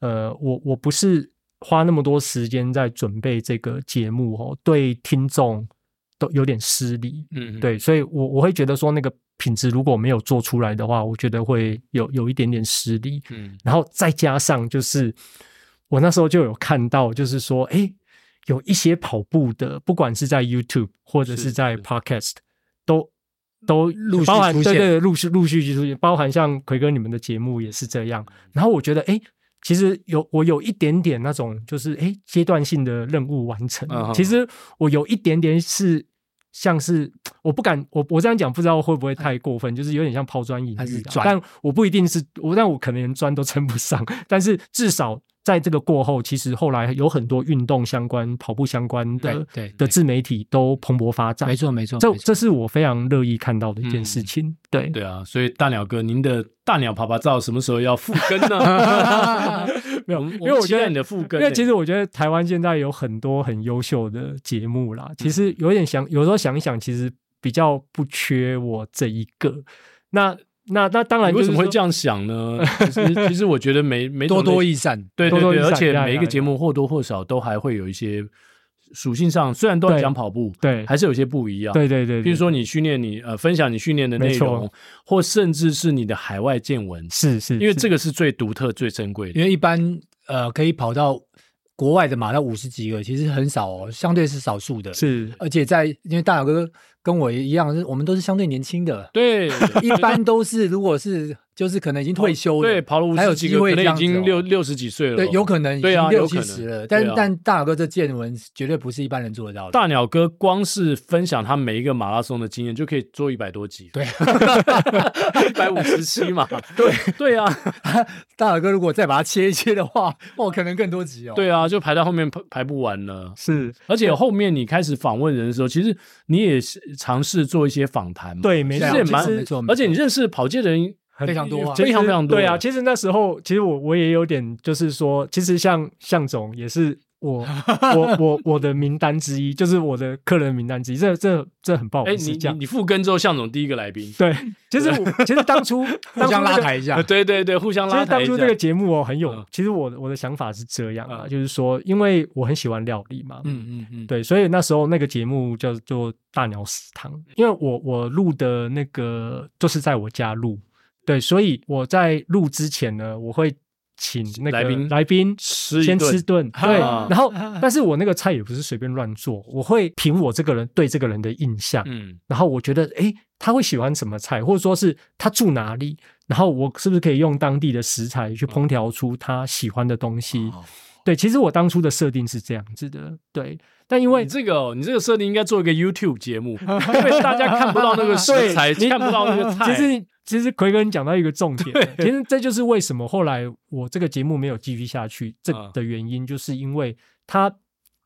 呃，我我不是花那么多时间在准备这个节目哦，对听众都有点失礼，嗯，对，所以我我会觉得说那个。品质如果没有做出来的话，我觉得会有有一点点失礼。嗯，然后再加上就是我那时候就有看到，就是说，诶，有一些跑步的，不管是在 YouTube 或者是是在是 Podcast，都都陆续包含出对现对，陆续陆续出现，包含像奎哥你们的节目也是这嗯样。然后我觉得，诶，其实有我有一点点那种，就是诶阶段性的任务完成。嗯哼其实我有一点点是像是我不敢，我我这样讲不知道会不会太过分，就是有点像抛砖引还是玉啊。砖但我不一定是我，但我可能连砖都称不上， (laughs) 但是至少在这个过后，其实后来有很多运动相关、跑步相关的对对的自媒体都蓬勃发展没。错没错，这没错这是我非常乐意看到的一件嗯事情。对对啊，所以大鸟哥，您的大鸟爬爬照什么时候要复更 (laughs) 呢？ (laughs) 没有我们因为我期待觉得你的复更因为欸其实我觉得台湾现在有很多很优秀的节目啦，其实有点想，有时候想一想，其实比较不缺我这一个。那那那当然你就为是什么会说这样想呢？其 (laughs) 实其实我觉得每每种多类多益善，对多对多对，益而善且呀每一呀个呀节目或多或少都还会有一些属性上，虽然都在对讲跑步，对还是有些不一样。对对对，比如对说你训练你呃分享你训练的内没错容，或甚至是你的海外见闻，是是，因为是这个是最独特、最珍贵的。因为一般呃可以跑到国外的马到五十几个，其实很少哦，相对是少数的，是而且在因为大 (laughs) 表哥跟我一样，是我们都是相对年轻的，对，一般都是如果是就是可能已经退休了，哦对，跑了五还有十几机个，会可这能样已子哦经六六十几岁了哦。对，有可能已对啊经六有可七能十了，对啊但但大表哥这见闻绝对不是一般人做得到的。大鸟哥光是分享他每一个马拉松的经验，就可以做一百多集，对， (laughs) 一百五十七嘛，对对啊，大表哥如果再把它切一切的话，哇，可能更多集哦。对啊，就排到后面排排不完了。是而且后面你开始访问人的时候，其实你也是尝试做一些访谈嘛，对，没其错实也，蛮就是没错没，错而且你认识跑界的人很非常多啊其实非常非常多对啊，其实那时候，其实我我也有点，就是说，其实像向总也是 (laughs) 我我我我的名单之一，就是我的客人名单之一。这这这很不好哎、意你思你讲。你复更之后，向总第一个来宾， (laughs) 对，其实我其实当初 (laughs) 当互初相那拉个抬一下呃，对对对，互相其拉实抬当一初下。这个节目哦很有嗯，其实我的我的想法是这样啊，嗯就是说，因为我很喜欢料理嘛，嗯嗯嗯，对，所以那时候那个节目叫做《大鸟食堂》，嗯因为我我录的那个就是在我家录，对，所以我在录之前呢，我会请那个来宾来宾吃一先顿吃顿，对，啊 (laughs) 然后但是我那个菜也不是随便乱做，我会凭我这个人对这个人的印象，嗯，然后我觉得，诶，他会喜欢什么菜，或者说是他住哪里，然后我是不是可以用当地的食材去嗯烹调出他喜欢的东西？哦对，其实我当初的设定是这样子的，对。但因为你这个、哦、你这个设定应该做一个 YouTube 节目，因为大家看不到那个食材，看不到那个菜。其实其实奎哥你讲到一个重点了，其实这就是为什么后来我这个节目没有继续下去这嗯的原因，就是因为它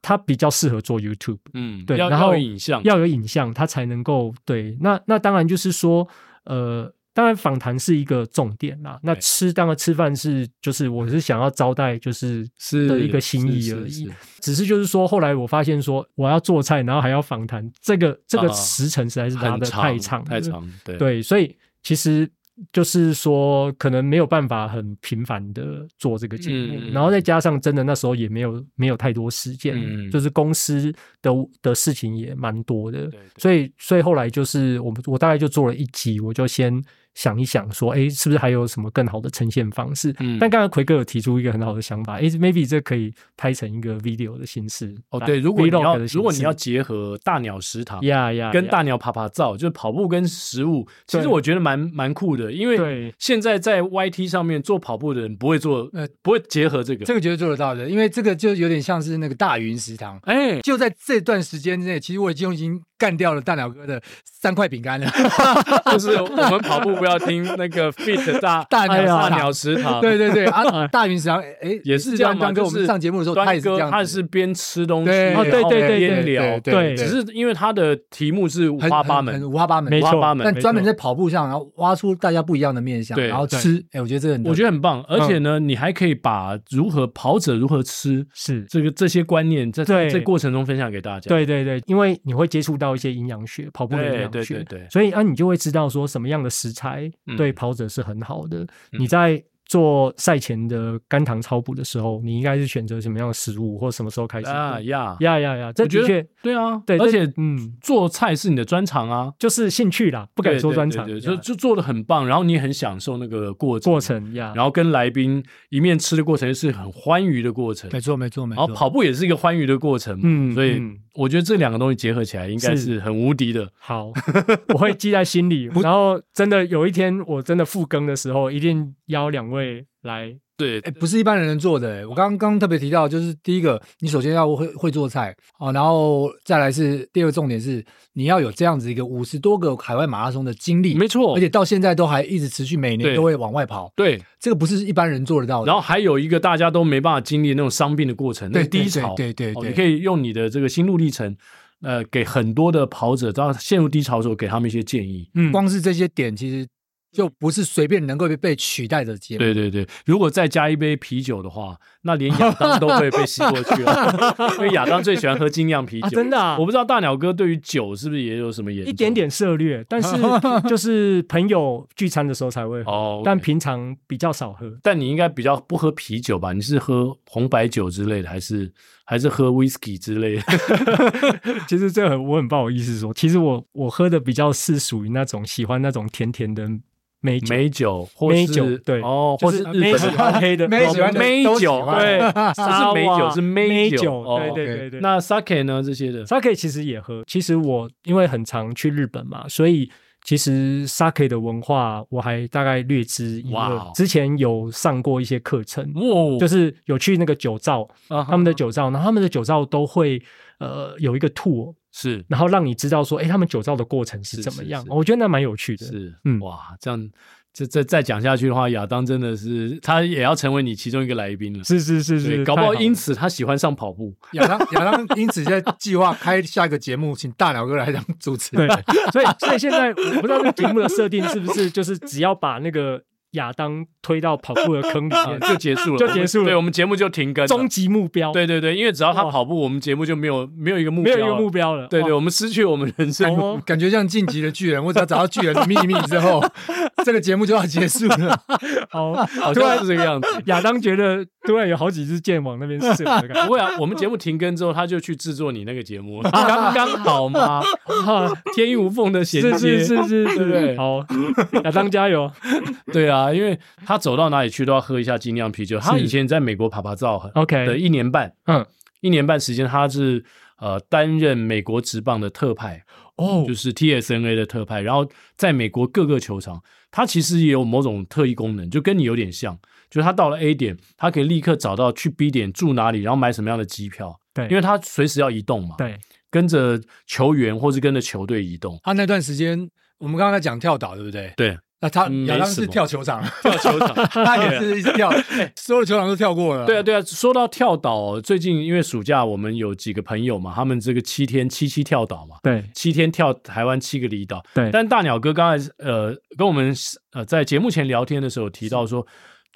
它比较适合做 YouTube，嗯，对要然后要有影像，要有影像，它才能够对。那那当然就是说，呃，当然访谈是一个重点啦。那对吃当然吃饭是就是我是想要招待就是是的一个心意是而已。是是只是就是说，后来我发现说我要做菜，然后还要访谈，这个这个啊时程实在是拉很的长太长了太长，对对，所以其实就是说，可能没有办法很频繁的做这个节目，嗯嗯然后再加上真的那时候也没有没有太多时间，嗯嗯就是公司的的事情也蛮多的，对所以所以后来就是我们我大概就做了一集，我就先想一想说，哎，是不是还有什么更好的呈现方式？嗯但刚才奎哥有提出一个很好的想法，哎，maybe 这可以拍成一个 video 的形式哦对，如果你啊 vlog 要的形如果你式要结合大鸟食堂呀呀跟呀大鸟爬爬照，就是跑步跟食物，其实对我觉得蛮蛮酷的，因为对现在在 YT 上面做跑步的人不会做，呃不会结合这个，这个绝对做得到的，因为这个就有点像是那个大云食堂。 (laughs) 哎，就在这段时间内，其实我已经已经干掉了大鸟哥的三块 (laughs) 饼干了。就是我们跑步不要听那个 Fit (laughs) 大大鸟哎呀食堂大鸟食堂，对对对 (laughs) 啊，大云食堂哎也是这样嘛。端哥，就我们上节目的时候，端他也是这哥样子，他是边吃东西，对然后哦对对对边对聊，对对只是因为他的题目是五很花八很门很，五花八门，没五错花八门，但专门没在跑步上，然后挖出大家不一样的面相，对然后吃。哎，我觉得这个很特别，我觉得很棒。而且嗯呢，你还可以把如何跑者如何吃是这个这些观念，在对这过程中分享给大家。对对对，因为你会接触到一些营养学，跑步的营对养对学，对对所以啊，你就会知道说什么样的食材嗯对跑者是很好的。嗯你在做赛前的肝糖超补的时候，你应该是选择什么样的食物，或什么时候开始？啊呀，呀呀呀，这我觉的得确对啊，对，而这且嗯，做菜是你的专长啊。就是兴趣啦，不敢对说对专对长，对呀就就做的很棒，然后你很享受那个过程过程呀，然后跟来宾一面吃的过程是很欢愉的过程，没错没错没然后错。跑步也是一个欢愉的过程嘛，嗯所以嗯我觉得这两个东西结合起来应该是是很无敌的。好，我会记在 (laughs) 心里。然后真的有一天我真的复更的时候，一定邀两位来。对哎，不是一般人能做的。哎我刚刚特别提到，就是第一个，你首先要会会做菜哦，然后再来是第二个重点是，你要有这样子一个五十多个海外马拉松的经历，没错而且到现在都还一直持续，每对年都会往外跑，对，这个不是一般人做得到的。然后还有一个大家都没办法经历那种伤病的过程，那对个低对潮，对对哦对你可以用你的这个心路历程，呃，给很多的跑者到陷入低潮的时候，给他们一些建议。嗯光是这些点，其实就不是随便能够被被取代的节目。对对对，如果再加一杯啤酒的话，那连亚当都会被吸过去了，因 (laughs) 为亚当最喜欢喝精酿啤酒。啊真的啊我不知道大鸟哥对于酒是不是也有什么研究？一点点涉略， (laughs) 但是就是朋友聚餐的时候才会喝，哦，但但平常比较少喝。 (laughs) 但你应该比较不喝啤酒吧？你是喝红白酒之类的，还是还是喝 whisky 之 (laughs) 类的？其实这很我很不好意思说，其实我我喝的比较是属于那种喜欢那种甜甜的美酒，美酒或美是酒对哦，或就是呃日美本喜欢 (laughs) 黑的，哦美喜欢的 (laughs) 美都喜酒，欢对， (laughs) 不沙是瓦美酒是美酒，哦对对 OK 对对。那 sake 呢这些的， sake 其实也喝，其实我因为很常去日本嘛，所以其实 sake 的文化我还大概略知一哇二哦，之前有上过一些课程，哇，就是有去那个酒造，啊哈他们的酒造，然后他们的酒造都会呃有一个 tour，是然后让你知道说，哎，他们酒造的过程是是怎么是样是，我觉得那蛮有趣的。是，嗯哇，这样这再再讲下去的话，亚当真的是他也要成为你其中一个来宾了，是是是对是，搞不太好了因此他喜欢上跑步。亚当亚当因此在计划开下一个节目，请大鸟哥来当主持 (laughs) 人。所以，所以现在我不知道这个节目的设定是不是就是只要把那个亚当推到跑步的坑里啊 (laughs) 面，就结束了，就结束了我们对，我们节目就停更了。终极目标，，对对对，因为只要他哇跑步，我们节目就没有没有一个目没标，有一个目。标了。对对，哇，我们失去我们人生。哦，感觉像晋级的巨人，我只要找到巨人的秘密之 (laughs) 后，这个节目就要结束了。哦，好突像然是这个样子。亚当觉得突然有好几支箭往那边射的感觉，不会啊，我们节目停更之后，他就去制作你那个节 (laughs) 目，刚刚好嘛，啊天衣无缝的 (laughs) 衔是接。是是是对不对 (laughs) 是，好，亚当加油，对啊，因为他走到哪里去都要喝一下精酿啤酒。他是哦以前在美国爬爬照很 OK 的一年半，嗯，一年半时间，他是呃担任美国职棒的特派，哦就是 TSNA 的特派，然后在美国各个球场，他其实也有某种特异功能，就跟你有点像，就是他到了 A 点，他可以立刻找到去 B 点住哪里，然后买什么样的机票，对，因为他随时要移动嘛，，对跟着球员或是跟着球队移动，他那段时间，我们刚刚在讲跳岛，对不对？对，那他嗯亚当没什是么跳球场，到球场。 (laughs) 他也是一直跳，所有球场都跳过嗯了。对啊，对啊。说到跳岛，最近因为暑假，我们有几个朋友嘛，他们这个七天七七跳岛嘛，对七天跳台湾七个离岛。对，但大鸟哥刚才呃跟我们呃在节目前聊天的时候有提到说，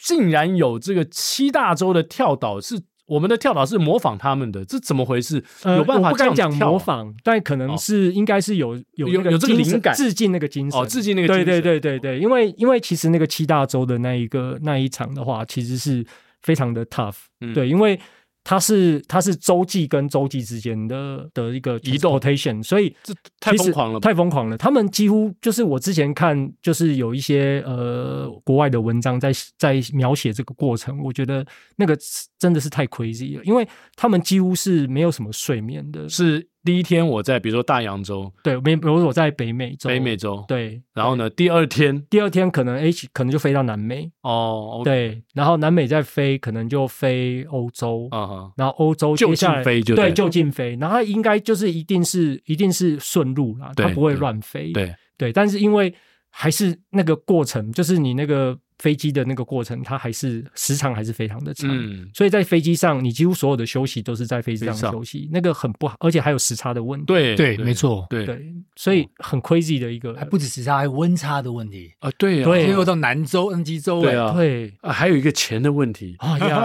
竟然有这个七大洲的跳岛是我们的跳岛是模仿他们的，这怎么回事？呃有办我法不这敢样讲子跳啊哦模仿，但可能是应该是有有有那个有这个精神灵感致敬那个精神哦，致敬那个精神对哦对对对对，因为因为其实那个七大洲的那一个那一场的话，其实是非常的 tough，、嗯对，因为它是它是洲际跟洲际之间的的一个移动 rotation，所以这太其实疯狂了吧太疯狂了。他们几乎就是我之前看，就是有一些呃国外的文章在在描写这个过程，我觉得那个真的是太 crazy 了，因为他们几乎是没有什么睡眠的，是第一天我在比如说大洋洲、对，没比如我在北美洲，北美洲，对，然后呢第二天第二天可能 H 可能就飞到南美，哦，对，然后南美再飞可能就飞欧洲，啊哈，然后欧洲就接下近来飞就对对了就近飞，然后它应该就是一定是一定是顺路啦，它对不会对乱飞，对，对，但是因为还是那个过程，就是你那个飞机的那个过程，它还是时长还是非常的长。嗯，所以在飞机上，你几乎所有的休息都是在飞机上飞上休息，那个很不好，而且还有时差的问题。对对，没，错，对哦对，所以很 crazy 的一个，还不止时差，还有温差的问题。啊，对啊，对最后到南州、恩基州，对啊对啊，还有一个钱的问题，(laughs) 啊呀，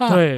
哎对，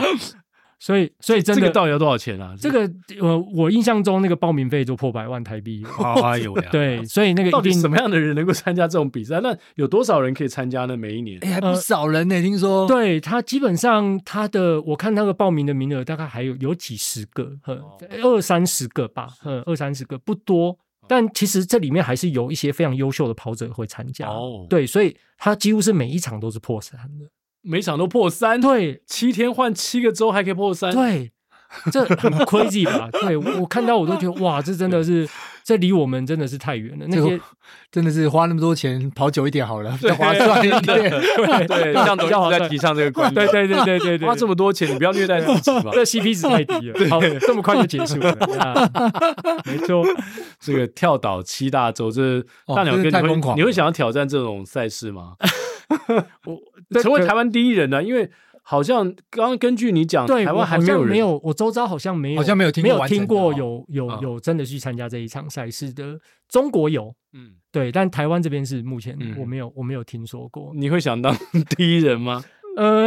所以所以真这的个到底要多少钱啊？这个呃，我印象中那个报名费就破百万台币了，哦哎呦啊 (laughs) 呀，对，所以那个到一底定什么样的人能够参加这种比赛？那有多少人可以参加呢？每一年？哎，还不少人呢，听说。对他基本上他的，我看那个报名的名额大概还有有几十个，呃，二三十个吧，呃，二三十个不多。但其实这里面还是有一些非常优秀的跑者会参加，哦对，所以他几乎是每一场都是破三的，每场都破三，对七天换七个州还可以破三，对，这很 crazy 吧？对我我看到我都觉得哇，这真的是这离我们真的是太远了，那这些个真的是花那么多钱跑久一点好了，比较划算一 (laughs) 点。对对，向总一比较好直在算提倡这个观 (laughs) 对点，对对对对 (laughs) 对，花这么多钱，你不要虐待自己 (laughs) 嘛。这 CP 值太低了，好，这么快就结束了，啊没错。这个跳岛七大洲，这哦大鸟哥真你是太疯会狂了你会想要挑战这种赛事 (laughs) 吗？我成为台湾，湾第一人呢？因为好像刚刚根据你讲，对，台我湾还好没像有人没有，我周遭好像没有，好像没有听没过有完整的听过哦有有嗯有真的去参加这一场赛事的，中国有。嗯，对，但台湾这边是目前嗯我没有、我没有听说过。你会想当 (laughs) 第一人吗？呃，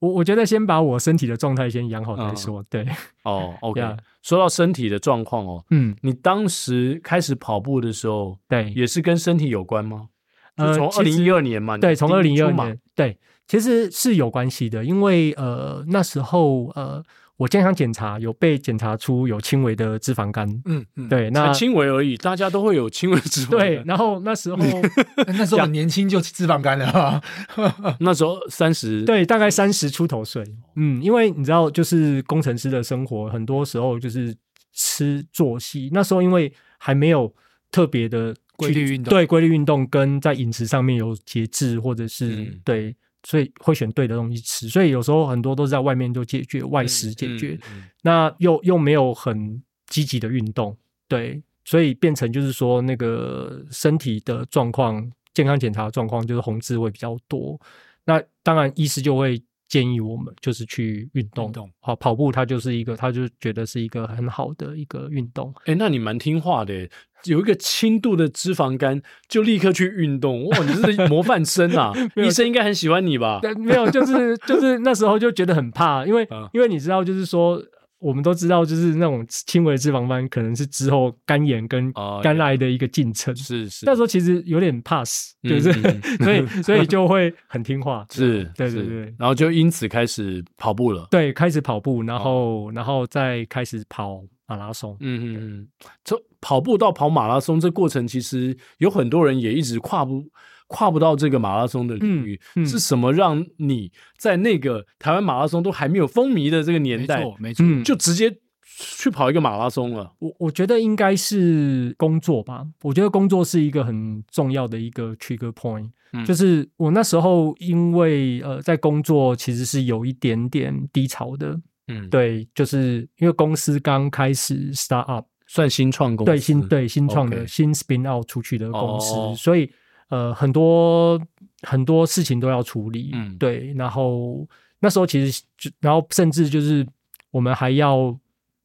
我我觉得先把我身体的状态先养好再嗯说。对，哦，OK， Yeah 说到身体的状况哦，嗯，你当时开始跑步的时候，对，也是跟身体有关吗？呃就从二其零实一二年嘛，你对，从第二一零一出二马年，对，其实是有关系的，因为呃那时候呃我健康检查有被检查出有轻微的脂肪肝，嗯嗯， (laughs) 对，才那轻微而已，大家都会有轻微脂肪对，肝，然后 (laughs) 那时候那时候我年轻就脂肪肝了啊。那时候三 (laughs) 十，对，大概三十出头岁。嗯，因为你知道，就是工程师的生活，很多时候就是吃作息。那时候因为还没有特别的规律运动对规律运动跟在饮食上面有节制，或者是、嗯对，所以会选对的东西吃。所以有时候很多都是在外面就解决外食解决，嗯那又又没有很积极的运动，对，所以变成就是说那个身体的状况、健康检查的状况就是红字会比较多。那当然，医师就会建议我们就是去运动，运动好跑步，它就是一个，他就觉得是一个很好的一个运动。哎、那你蛮听话的耶，有一个轻度的脂肪肝就立刻去运动，哇，你真是模范生 (laughs) 啊！医生应该很喜欢你吧？但没有，就是就是那时候就觉得很怕，因为、啊因为你知道，就是说我们都知道，就是那种轻微的脂肪肝可能是之后肝炎跟哦肝癌的一个进程。是是，那时候其实有点怕死，嗯就是、嗯 (laughs) 所以 (laughs) 所以就会很听话，是，对对是对然后就因此开始跑步了。对，开始跑步，哦然后然后再开始跑马拉松。嗯嗯嗯，从跑步到跑马拉松这过程，其实有很多人也一直跨不跨不到这个马拉松的领域。嗯嗯是什么让你在那个台湾马拉松都还没有风靡的这个年没代，错，没错，嗯，就直接去跑一个马拉松了？我我觉得应该是工作吧，我觉得工作是一个很重要的一个 trigger point，、嗯就是我那时候因为呃在工作其实是有一点点低潮的，嗯，，对，就是因为公司刚开始 start up，算新创公司，对新对新创的 OK 新 spin out 出去的公司，哦所以呃很多很多事情都要处理，嗯对，然后那时候其实就然后甚至就是我们还要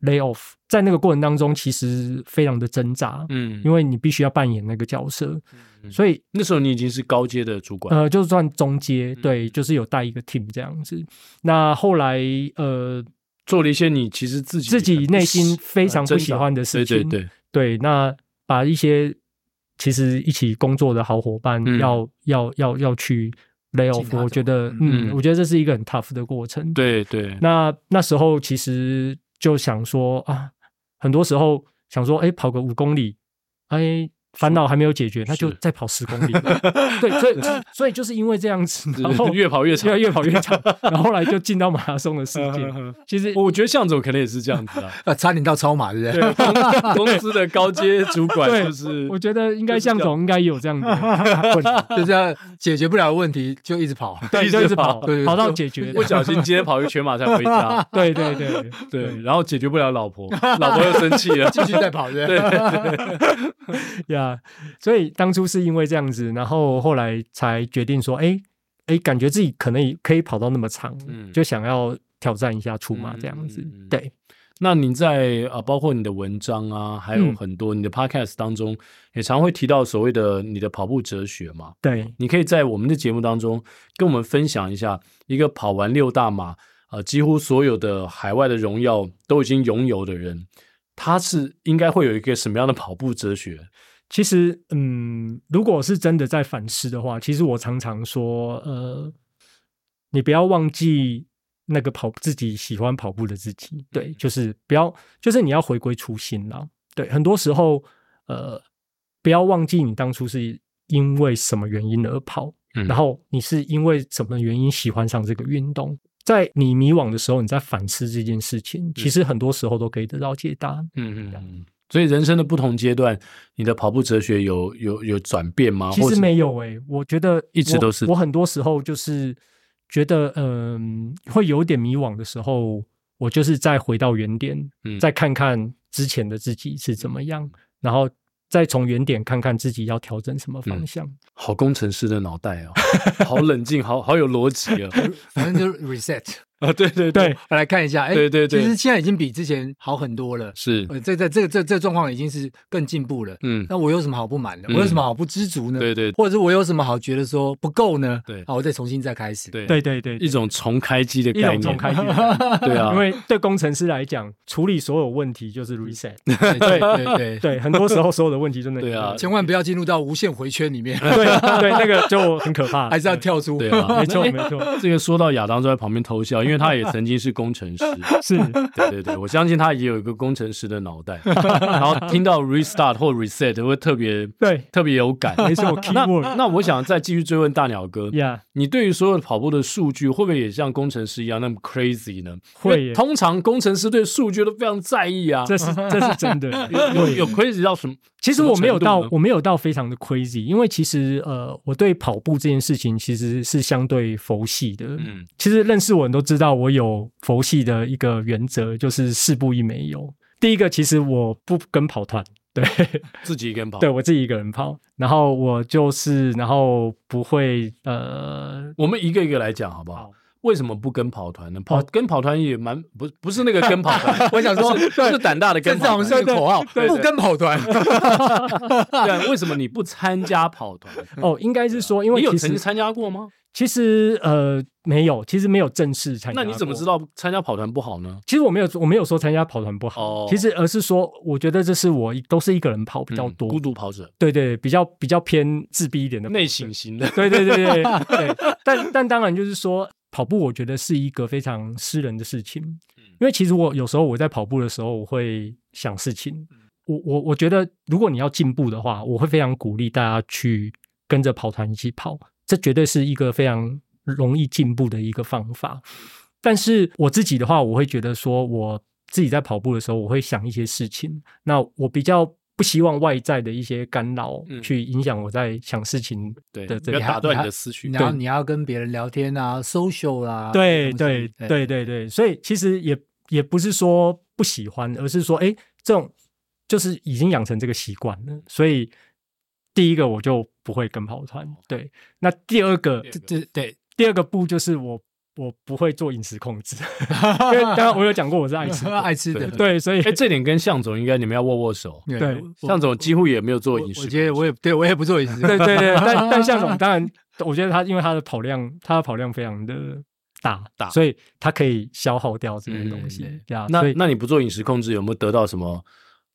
lay off，在那个过程当中其实非常的挣扎，嗯，因为为你必须要扮演那个角色，嗯所以那时候你已经是高阶的主管，呃，就算中阶，嗯对，就是有带一个 team 这样子。那后来呃做了一些你其实自己自己内心非常不喜欢的啊对事情，对对，对，那把一些其实一起工作的好伙伴嗯要、要要要去 lay 请他 off，我走觉得，嗯嗯，嗯我觉得这是一个很 tough 的过程。，对对，那那时候其实就想说啊，很多时候想说，哎，跑个五公里，哎。烦恼还没有解决，那就是再跑十公里。对，所以所以就是因为这样子，然后 (laughs) 越跑越长，嗯越越跑越 (laughs) 长，然后后来就进到马拉松的世界。其实我觉得向总可能也是这样子啊。呃，差点到超马，对不对？对公 (laughs) 公司的高阶主管对就是我觉得应该向总应该也有这样的困 (laughs) 扰，就是要解决不了的问题就一直跑， (laughs) 对，就一直跑对，跑到解决。不小心今天跑一全马才回家， (laughs) 对对对对，然后解决不了老婆，老婆又生气了，继续再跑，对不 (laughs) 对对？呀，所以当初是因为这样子，然后后来才决定说，哎哎，感觉自己可能也可以跑到那么长嗯，就想要挑战一下出马这样子嗯嗯嗯。对，那你在啊，呃包括你的文章啊，还有嗯很多你的 podcast 当中，也常会提到所谓的你的跑步哲学嘛。对，你可以在我们的节目当中跟我们分享一下，一个跑完六大马，呃，几乎所有的海外的荣耀都已经拥有的人，他是应该会有一个什么样的跑步哲学？其实，嗯，如果是真的在反思的话，其实我常常说，呃，你不要忘记那个跑自己喜欢跑步的自己，对，就是不要，就是你要回归初心啦。对，很多时候，呃，不要忘记你当初是因为什么原因而跑，嗯然后你是因为什么原因喜欢上这个运动。在你迷惘的时候，你在反思这件事情，其实很多时候都可以得到解答。嗯嗯嗯。所以人生的不同阶段，你的跑步哲学有有有转变吗？其啊或实是没有诶、我觉得一直我都是我很多时候就是觉得，嗯、会有点迷惘的时候，我就是再回到原点，嗯再看看之前的自己是怎么样，然后再从原点看看自己要调整什么嗯方向。好工程师的脑袋哦， (laughs) 好冷静，好好有逻辑啊！ (laughs) 反正就是 reset。啊，对对对，我来看一下，哎，对对对其实现在已经比之前好很多了。是，呃，这这这这这状况已经是更进步了。嗯那我有什么好不满的？嗯我有什么好不知足呢？对对或者是我有什么好觉得说不够呢？对好，我再重新再开始。对对对对，一种重开机的一概念，种重开机的 (laughs) 概念。对啊， (laughs) 嗯因为对工程师来讲，处理所有问题就是 reset，对对 (laughs) 对对，对，很多时候所有的问题就能对啊千万不要进入到无限回圈里面，对对，那个就很可怕，还是要跳出。，对啊，没错没错， (laughs) 这个说到亚当就在旁边偷笑，因因为他也曾经是工程师。 (laughs) 是对对对，我相信他也有一个工程师的脑袋，然后听到 restart 或 reset 会特别 (laughs) 对，特别有感。没错那，keyword 那我想再继续追问大鸟哥，呀，你对于所有跑步的数据，会不会也像工程师一样那么 crazy 呢？会因为耶通常工程师对数据都非常在意啊。(laughs) 这是这是真的。有有 crazy 到什么？其实我没有什么到程，度我没有到非常的 crazy，因为其实呃，我对跑步这件事情其实是相对佛系的。呢嗯，其实认识我人都知道，我有佛系的一个原则，就是事不一没有。第一个，其实我不跟跑团， (laughs) 对自己一个人跑。对，我自己一个人跑。然后我就是，然后不会呃，我们一个一个来讲好不好好？为什么不跟跑团呢？跑跟跑团也蛮不不是那个跟跑团我想说是对是胆大的跟正跑常我团。们 (laughs) 是口号，对对不跟跑团。对，为什么你不参加跑团？哦，应该是说，因嗯啊为你有其曾经实参加过吗？其实呃没有，其实没有正式参加。那你怎么知道？道参加跑团不好呢？其实我没有，我没有说参加跑团不好，哦其实而是说，我觉得这是我一都是一个人跑比较嗯多，孤独跑者，对对，比较比较偏自闭一点的跑者内省，型的。对对对对对。但但当然就是说，跑步我觉得是一个非常私人的事情，嗯因为其实我有时候我在跑步的时候，我会想事情，嗯我我我觉得如果你要进步的话，我会非常鼓励大家去跟着跑团一起跑，这绝对是一个非常容易进步的一个方法。但是我自己的话，我会觉得说，我自己在跑步的时候，我会想一些事情。那我比较不希望外在的一些干扰嗯去影响我在想事情对，的不这要个打断你的思绪。然后你要跟别人聊天啊，social 啊，对这种东对西哎对对对，所以其实也也不是说不喜欢，而是说，哎，这种就是已经养成这个习惯了，所以第一个我就不会跟跑团。对，那第二个第二个这这对第二个步就是我我不会做饮食控制， (laughs) 因为当然我有讲过我是爱 (laughs) (laughs) 吃爱吃的对，对，所以哎，这点跟向总应该你们要握握手。对对我向总几乎也没有做我饮食我觉得我也对我也不做饮食， (laughs) 对对对，(laughs) (laughs) 但但向总当然，我觉得他因为他的跑量，他的跑量非常的大，大所以他可以消耗掉这些东西嗯，对啊，那所以那你不做饮食控制，有没有得到什么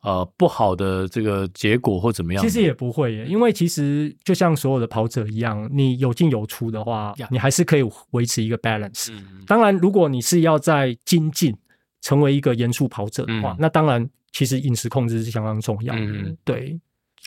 呃不好的这个结果或怎么样呢？其实也不会耶，因为其实就像所有的跑者一样，你有进有出的话呀，你还是可以维持一个 balance。嗯，当然，如果你是要在精进成为一个严肃跑者的话嗯，那当然其实饮食控制是相当重要嗯的。对，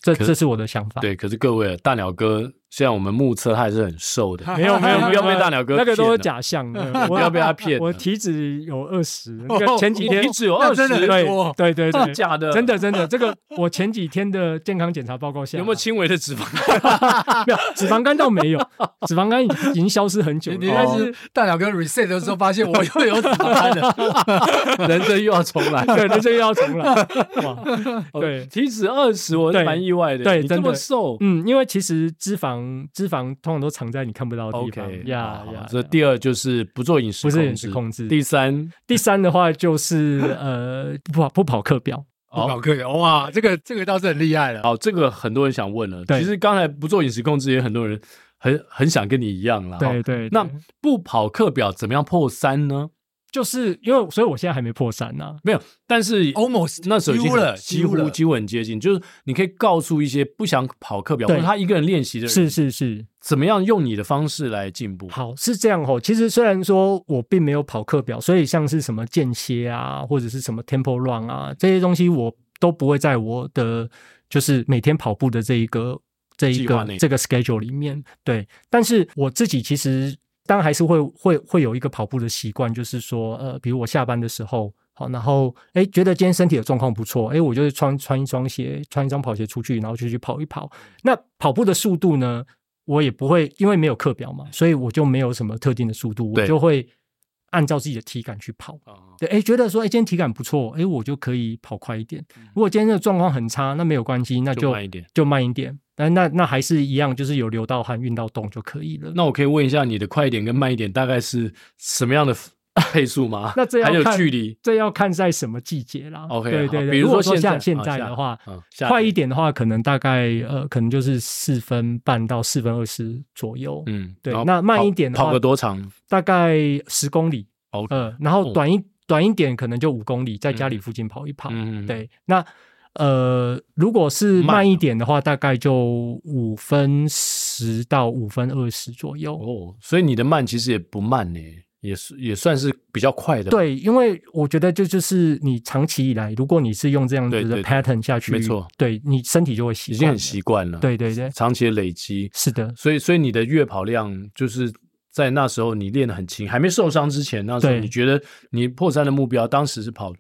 这可这是我的想法。对。可是各位，啊大鸟哥现在我们目测他还是很瘦的，没有没 (laughs) 有，没有不要被大鸟哥那个都骗了是假象 (laughs) 的，不要被他骗了我体脂有二十， (laughs) 那个前几天你只有那二真十的，很多对 (laughs) 对真的对，假的？真的真的，这个我前几天的健康检查报告下有没有轻微的脂肪？没有脂肪肝倒没有，脂肪肝已经消失很久了你。但是大鸟哥 reset 的时候发现我又有打扮了， (laughs) 人生又要重来。哦哦对，人生又要 (laughs) 重来。 (laughs) 哇，对体脂二十，我是对蛮意外的。对你这真么的瘦。嗯，因为其实脂肪脂肪通常都藏在你看不到的地方 OK，呀好好呀。这呀第二就是不做饮食控不制，是饮食控制第三，第三的话就是呃不跑不跑课表， (laughs) 哦好客人哇，这个这个倒是很厉害了。好，这个很多人想问了。对其实刚才不做饮食控制，也很多人很很想跟你一样啦。对哦，对，那对不跑课表怎么样破三呢？就是因为所以我现在还没破三啊呢。没有，但是 Almost，那时候已经几乎了很几几乎乎了几乎很接近，就是你可以告诉一些不想跑课表或对者他一个人练习的人，是是是，怎么样用你的方式来进步。好，是这样哦。其实虽然说我并没有跑课表，所以像是什么间歇啊，或者是什么 tempo run 啊这些东西，我都不会在我的就是每天跑步的这一个这一计划个内这个 schedule 里面。对，但是我自己其实当然还是会会会有一个跑步的习惯，就是说呃，比如我下班的时候。好，然后哎，觉得今天身体的状况不错，哎，我就是穿穿一双鞋，穿一双跑鞋出去，然后就去跑一跑。那跑步的速度呢，我也不会，因为没有课表嘛，所以我就没有什么特定的速度，对我就会按照自己的体感去跑。哦对，哎，觉得说，哎，今天体感不错，哎，我就可以跑快一点。如果今天的状况很差，那没有关系，那嗯就就慢一点，就慢一点。那那那还是一样，就是有流到汗、运到动就可以了。那我可以问一下你的快一点跟慢一点大概是什么样的配速吗？ (laughs) 那这要还有看距离。这要看在什么季节啦。 OK，对好对对，比如如说果说现在像现啊夏在的话，嗯夏天快一点的话，可能大概呃，可能就是四分半到四分二十左右。嗯，对然后那慢跑一点的跑话个多长？大概十公里，哦呃，然哦后短一、短一点可能就五公里，在家嗯里附近跑一跑。嗯，对，那呃，如果是慢慢一的点的话，大概就五分十到五分二十左右。哦哦，所以你的慢其实也不慢呢，也是也算是比较快的，，对，因为我觉得这就是你长期以来，如果你是用这样对子对的 pattern 下去，没错，对你身体就会习已惯，经很习。惯了，，对对对，长期的累积，是的，所以所以你的月跑量就是。在那时候，你练得很轻，还没受伤之前，那时候对你觉得你破三的目标，当时是跑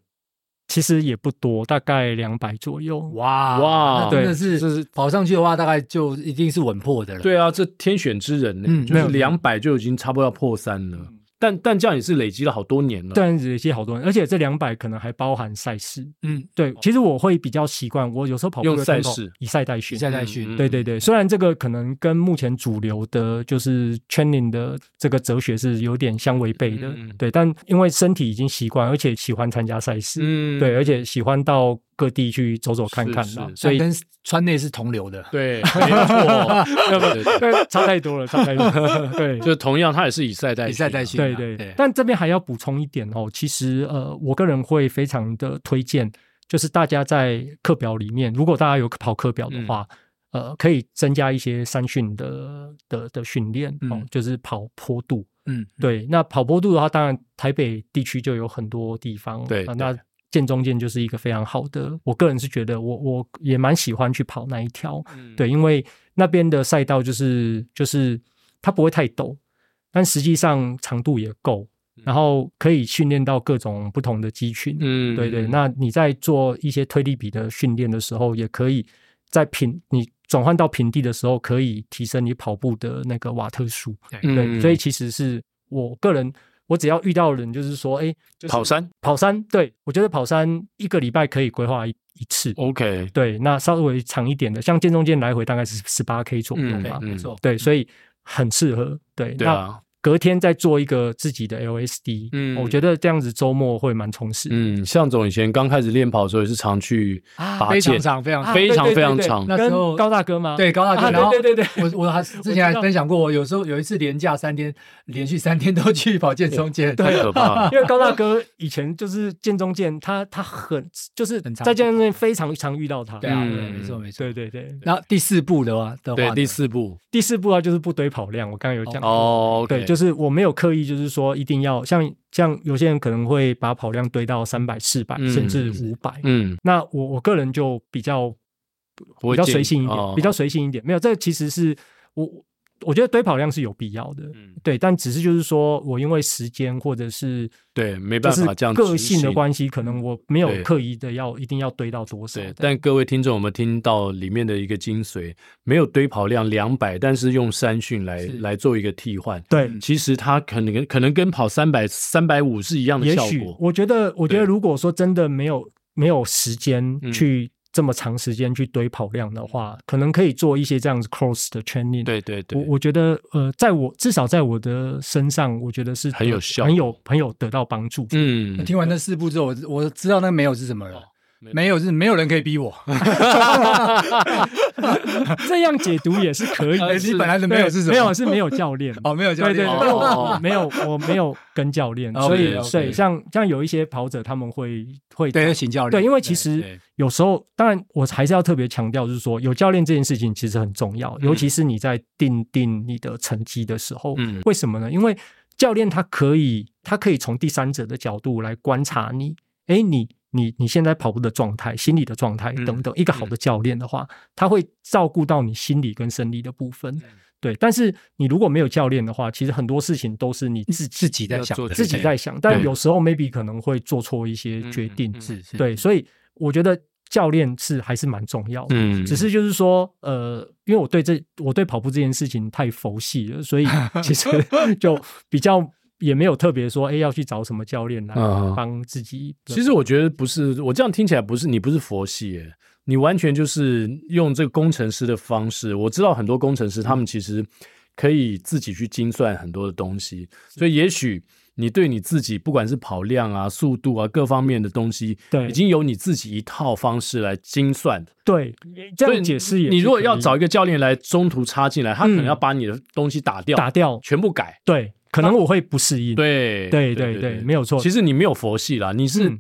其实也不多，大概两百左右。哇哇哦那真的对是这是跑上去的话，大概就一定是稳破的了。，对啊，这天选之人呢、嗯就没是有两百就已经差不多要破三了。但但这样也是累积了好多年了。，但累积好多人，而且这两百可能还包含赛事。嗯，对，其实我会比较习惯，我有时候跑哦步用的赛 tempo 事以赛代训，比赛在训，嗯对对对，虽然这个可能跟目前主流的，就是 training 的这个哲学是有点相违背的，嗯嗯嗯对，但因为身体已经习惯，而且喜欢参加赛事，嗯对，而且喜欢到各地去走走看看啦是，是所以但跟川内是同流的。对，没 (laughs) 错，对不对？对 (laughs) 差太多了，差太多了， (laughs) 对。就同样，他也是以赛代比训赛在训啊，对对对，但这边还要补充一点哦，其实呃，我个人会非常的推荐，就是大家在课表里面，如果大家有跑课表嗯的话，呃，可以增加一些山训的的的训练哦，嗯就是跑坡度。嗯，对，那跑坡度的话，当然台北地区就有很多地方，对啊对那建中间就是一个非常好的，我个人是觉得我我也蛮喜欢去跑那一条，嗯对，因为那边的赛道就是就是它不会太陡，但实际上长度也够，然后可以训练到各种不同的肌群，嗯对对，那你在做一些推力比的训练的时候，也可以在平你转换到平地的时候，可以提升你跑步的那个瓦特数。嗯对，所以其实是我个人，我只要遇到人，就是说，哎，就是跑山跑山，对我觉得跑山一个礼拜可以规划一一次。 OK，对，那稍微长一点的，像建中间来回大概是十八 K 左右嗯吧，嗯没错，对，所以很适合。对，对啊，那隔天再做一个自己的 LSD，嗯我觉得这样子周末会蛮充实的。嗯，向总以前刚开始练跑的时候也是常去啊拔非剑常，长，非常啊长。非常对对非常对对长那时候跟高大哥吗？对高大哥，啊然后对对对对，我我还之前还分享过，我有时候有一次连假三天，连续三天都去跑健中健，太可怕 (laughs) (laughs) 了。因为高大哥以前就是建中健，他他很就是很常在建中健非常常遇到他。对啊，嗯对没错没错。对对对，然后第四步的话的话对，呢，第四步第四步啊就是不堆跑量，我刚刚有讲过。哦，OK，对，就是我没有刻意，就是说一定要像像有些人可能会把跑量堆到三百、四百嗯甚至五百、嗯，那我我个人就比较不会比较建随议性一点，哦比较随性一点。没有，这其实是我我觉得堆跑量是有必要的，嗯对，但只是就是说我因为时间或者是对，没就办是法这样个执性的行嗯关系，可能我没有对刻意的要一定要堆到多少对，的。但各位听众，我们听到里面的一个精髓，没有堆跑量两百，但是嗯用山训来是来做一个替换。对，其实它可能可能跟跑三百、三百五是一样的也效许果。我觉得，我觉对得如果说真的没有没有时间嗯去这么长时间去堆跑量的话，可能可以做一些这样子 cross 的 training。，对对对，我我觉得呃，在我至少在我的身上，我觉得是很有得效很有很有得到帮助。嗯我，听完那四步之后，我我知道那个没有是什么哦了。没有没有是没有人可以逼我， (laughs) 这样解读也是可以的。呃你本来的没有是什么？没有是没有教练。哦，没有教对对，练对哦因为我没有我没有跟教练，所以 OK，OK 所以像像有一些跑者他们会会对，要请教练。对，因为其对实有时候，当然我还是要特别强调，就是说有教练这件事情其实很重要，尤其是你在定定你的成绩的时候。嗯为什么呢？因为教练他可以，他可以从第三者的角度来观察你，诶，你你你现在跑步的状态、心理的状态嗯等等。一个好的教练的话，他会照顾到你心理跟生理的部分。对，但是你如果没有教练的话，其实很多事情都是你自己自己在想要做的，自己在想，但对有时候 maybe 可能会做错一些决定。嗯嗯嗯是是，对，所以我觉得教练是还是蛮重要的。嗯只是就是说，呃，因为我对这我对跑步这件事情太佛系了， (laughs) 所以其实就比较也没有特别说，哎，要去找什么教练来嗯帮自己。其实我觉得不是，我这样听起来不是你不是佛系耶，你完全就是用这个工程师的方式。我知道很多工程师他们其实可以自己去精算很多的东西，所以也许你对你自己不管是跑量啊、速度啊各方面的东西，对已经有你自己一套方式来精算。对这所以样解释也是可以，你如果要找一个教练来中途插进来，他可能嗯要把你的东西打掉，打掉，全部改。对，可能我会不适应。对对对对没有错其实你没有佛系啦，你是嗯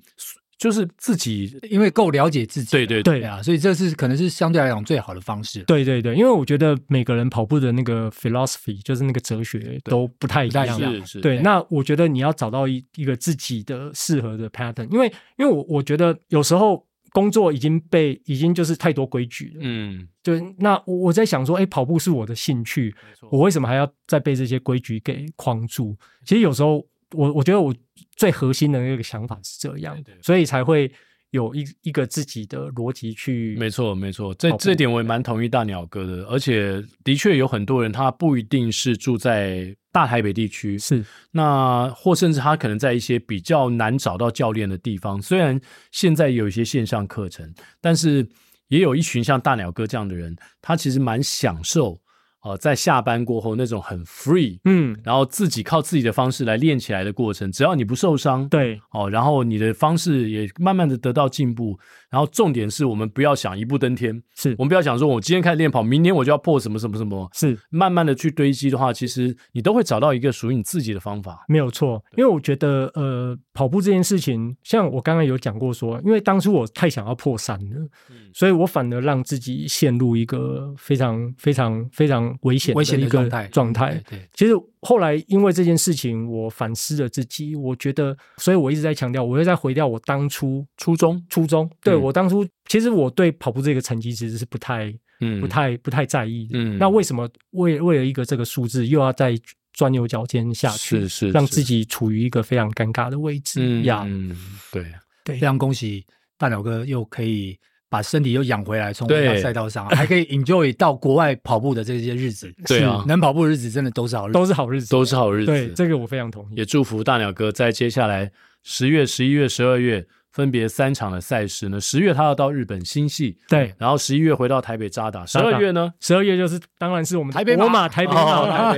就是自己因为够了解自己，对对对啊，所以这是可能是相对来讲最好的方式。对对对，因为我觉得每个人跑步的那个 philosophy 就是那个哲学都不太一不太样。一样是是对，那我觉得你要找到一一个自己的适合的 pattern，因为因为我我觉得有时候工作已经被已经就是太多规矩了。嗯，对，那我我在想说，哎，跑步是我的兴趣，我为什么还要再被这些规矩给框住？其实有时候我我觉得我最核心的那个想法是这样对，所以才会有一一个自己的逻辑去没错，没错，这跑步这点我也蛮同意大鸟哥的，而且的确有很多人他不一定是住在大台北地区，是那或甚至他可能在一些比较难找到教练的地方，虽然现在有一些线上课程，但是也有一群像大鸟哥这样的人，他其实蛮享受呃在下班过后那种很 free，嗯，然后自己靠自己的方式来练起来的过程，只要你不受伤，对哦，然后你的方式也慢慢的得到进步，然后重点是我们不要想一步登天，是我们不要想说我今天开始练跑，明天我就要破什么什么什么，是慢慢的去堆积的话，其实你都会找到一个属于你自己的方法。没有错，因为我觉得呃，跑步这件事情，像我刚刚有讲过说，因为当初我太想要破三了，嗯所以我反而让自己陷入一个非常非常非常危险危险的的一个状态嗯状态。对对其实后来因为这件事情，我反思了自己，我觉得，所以我一直在强调，我又在回到我当初初衷，初衷。对、嗯我当初，其实我对跑步这个成绩其实是不太、嗯不太、不太在意的。嗯那为什么为为了一个这个数字，又要再钻牛角尖下去？是是让是自己处于一个非常尴尬的位置嗯呀。嗯，对，非常恭喜大鸟哥又可以把身体又养回来，从对回到赛道上，还可以 enjoy 到国外跑步的这些日子。 (laughs) 嗯对啊是能跑步的日子真的都是好日子，都是好日子，都是好日子。嗯对这个我非常同意也。祝福大鸟哥在接下来十月、十一月、十二月分别三场的赛事呢。十月他要到日本新系，对，然后十一月回到台北渣打，十打二月呢？十二月就是当然是我们台北马国马台北马，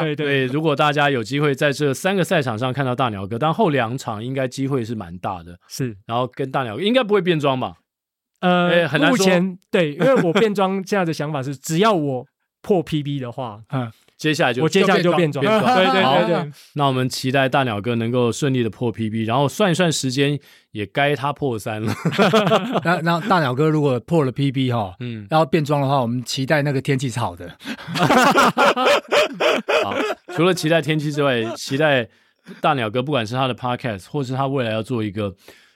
对对对对，如果大家有机会在这三个赛场上看到大鸟哥，但后两场应该机会是蛮大的。是然后跟大鸟哥应该不会变装吧？哎呃很难目说前对，因为我变装现在的想法是，只要我破 PB 的话，接下来就我接下来就变装，变装对对好对对，那我们期待大鸟哥能够顺利的破 PB，然后算一算时间，也该他破三了。 (laughs) (laughs) 那那大鸟哥如果破了 PB 哈，嗯，然后变装的话，我们期待那个天气是好的。好，除了期待天气之外，期待大鸟哥不管是他的 podcast，或是他未来要做一个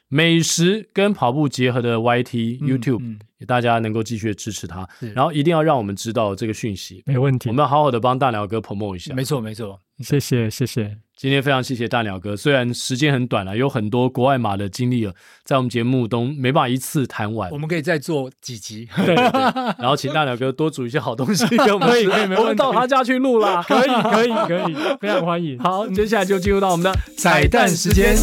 美食跟跑步结合的 YT、YouTube，、嗯大家能够继续地支持他是，然后一定要让我们知道这个讯息。没问题我。们要好好的帮大鸟哥 promote 一下。没错没错，谢谢谢谢，今天非常谢谢大鸟哥，虽然时间很短了、啊有很多国外马的经历了，啊在我们节目中没办法一次谈完 (laughs) 我。们可以再做几集。对然后请大鸟哥多煮一些好东西给 (laughs) 我们可以吃可以没问题我们到他家去录啦。可以可以可以， (laughs) 非常欢迎。嗯好，接下来就进入到我们的 (laughs) 彩蛋时间，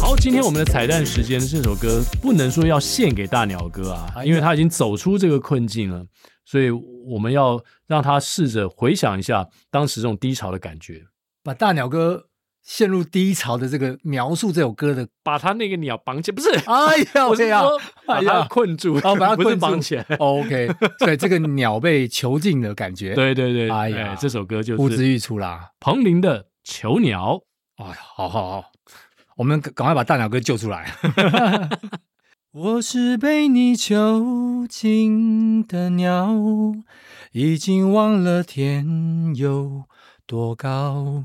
好，今天我们的彩蛋时间这首歌不能说要献给大鸟哥啊，因为他已经走出这个困境了，所以我们要让他试着回想一下当时这种低潮的感觉，把大鸟哥陷入低潮的这个描述这首歌 (laughs) 的，把他那个鸟绑起，不是，哎呀，我是这样说把哎他呀，困住，哦，把 (laughs) 它不是困住绑起来。 OK，所以这个鸟被囚禁的感觉，，对对对，哎哎呀呀，这首歌就呼之是欲出啦。彭羚的《囚鸟》。哎呀，好好好，我们赶赶快把大鸟哥救出来。 (laughs) 我是被你囚禁的鸟，已经忘了天有多高。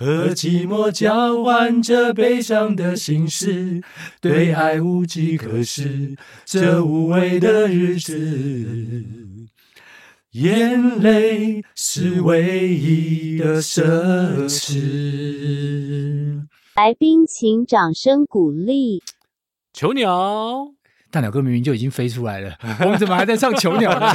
和寂寞交换着悲伤的心事，对爱无计可施，这无味的日子，眼泪是唯一的奢侈。来宾请掌声鼓励。囚鸟，大鸟哥明明就已经飞出来了，我们怎么还在唱囚鸟呢？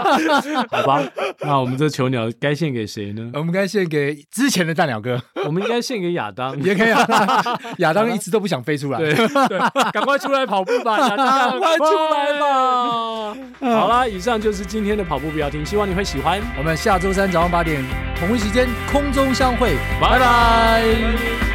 (laughs) 好吧，那我们这囚鸟该献给谁呢？我们该献给之前的大鸟哥，我们应该献给亚当。也可以啊。 (laughs) 亚当一直都不想飞出来，(laughs) 对对， (laughs) 赶快出来跑步 (laughs) 吧，亚当，赶快出来吧！好啦，以上就是今天的跑步不要停，希望你会喜欢，我们下周三早上八点同一时间空中相会，拜拜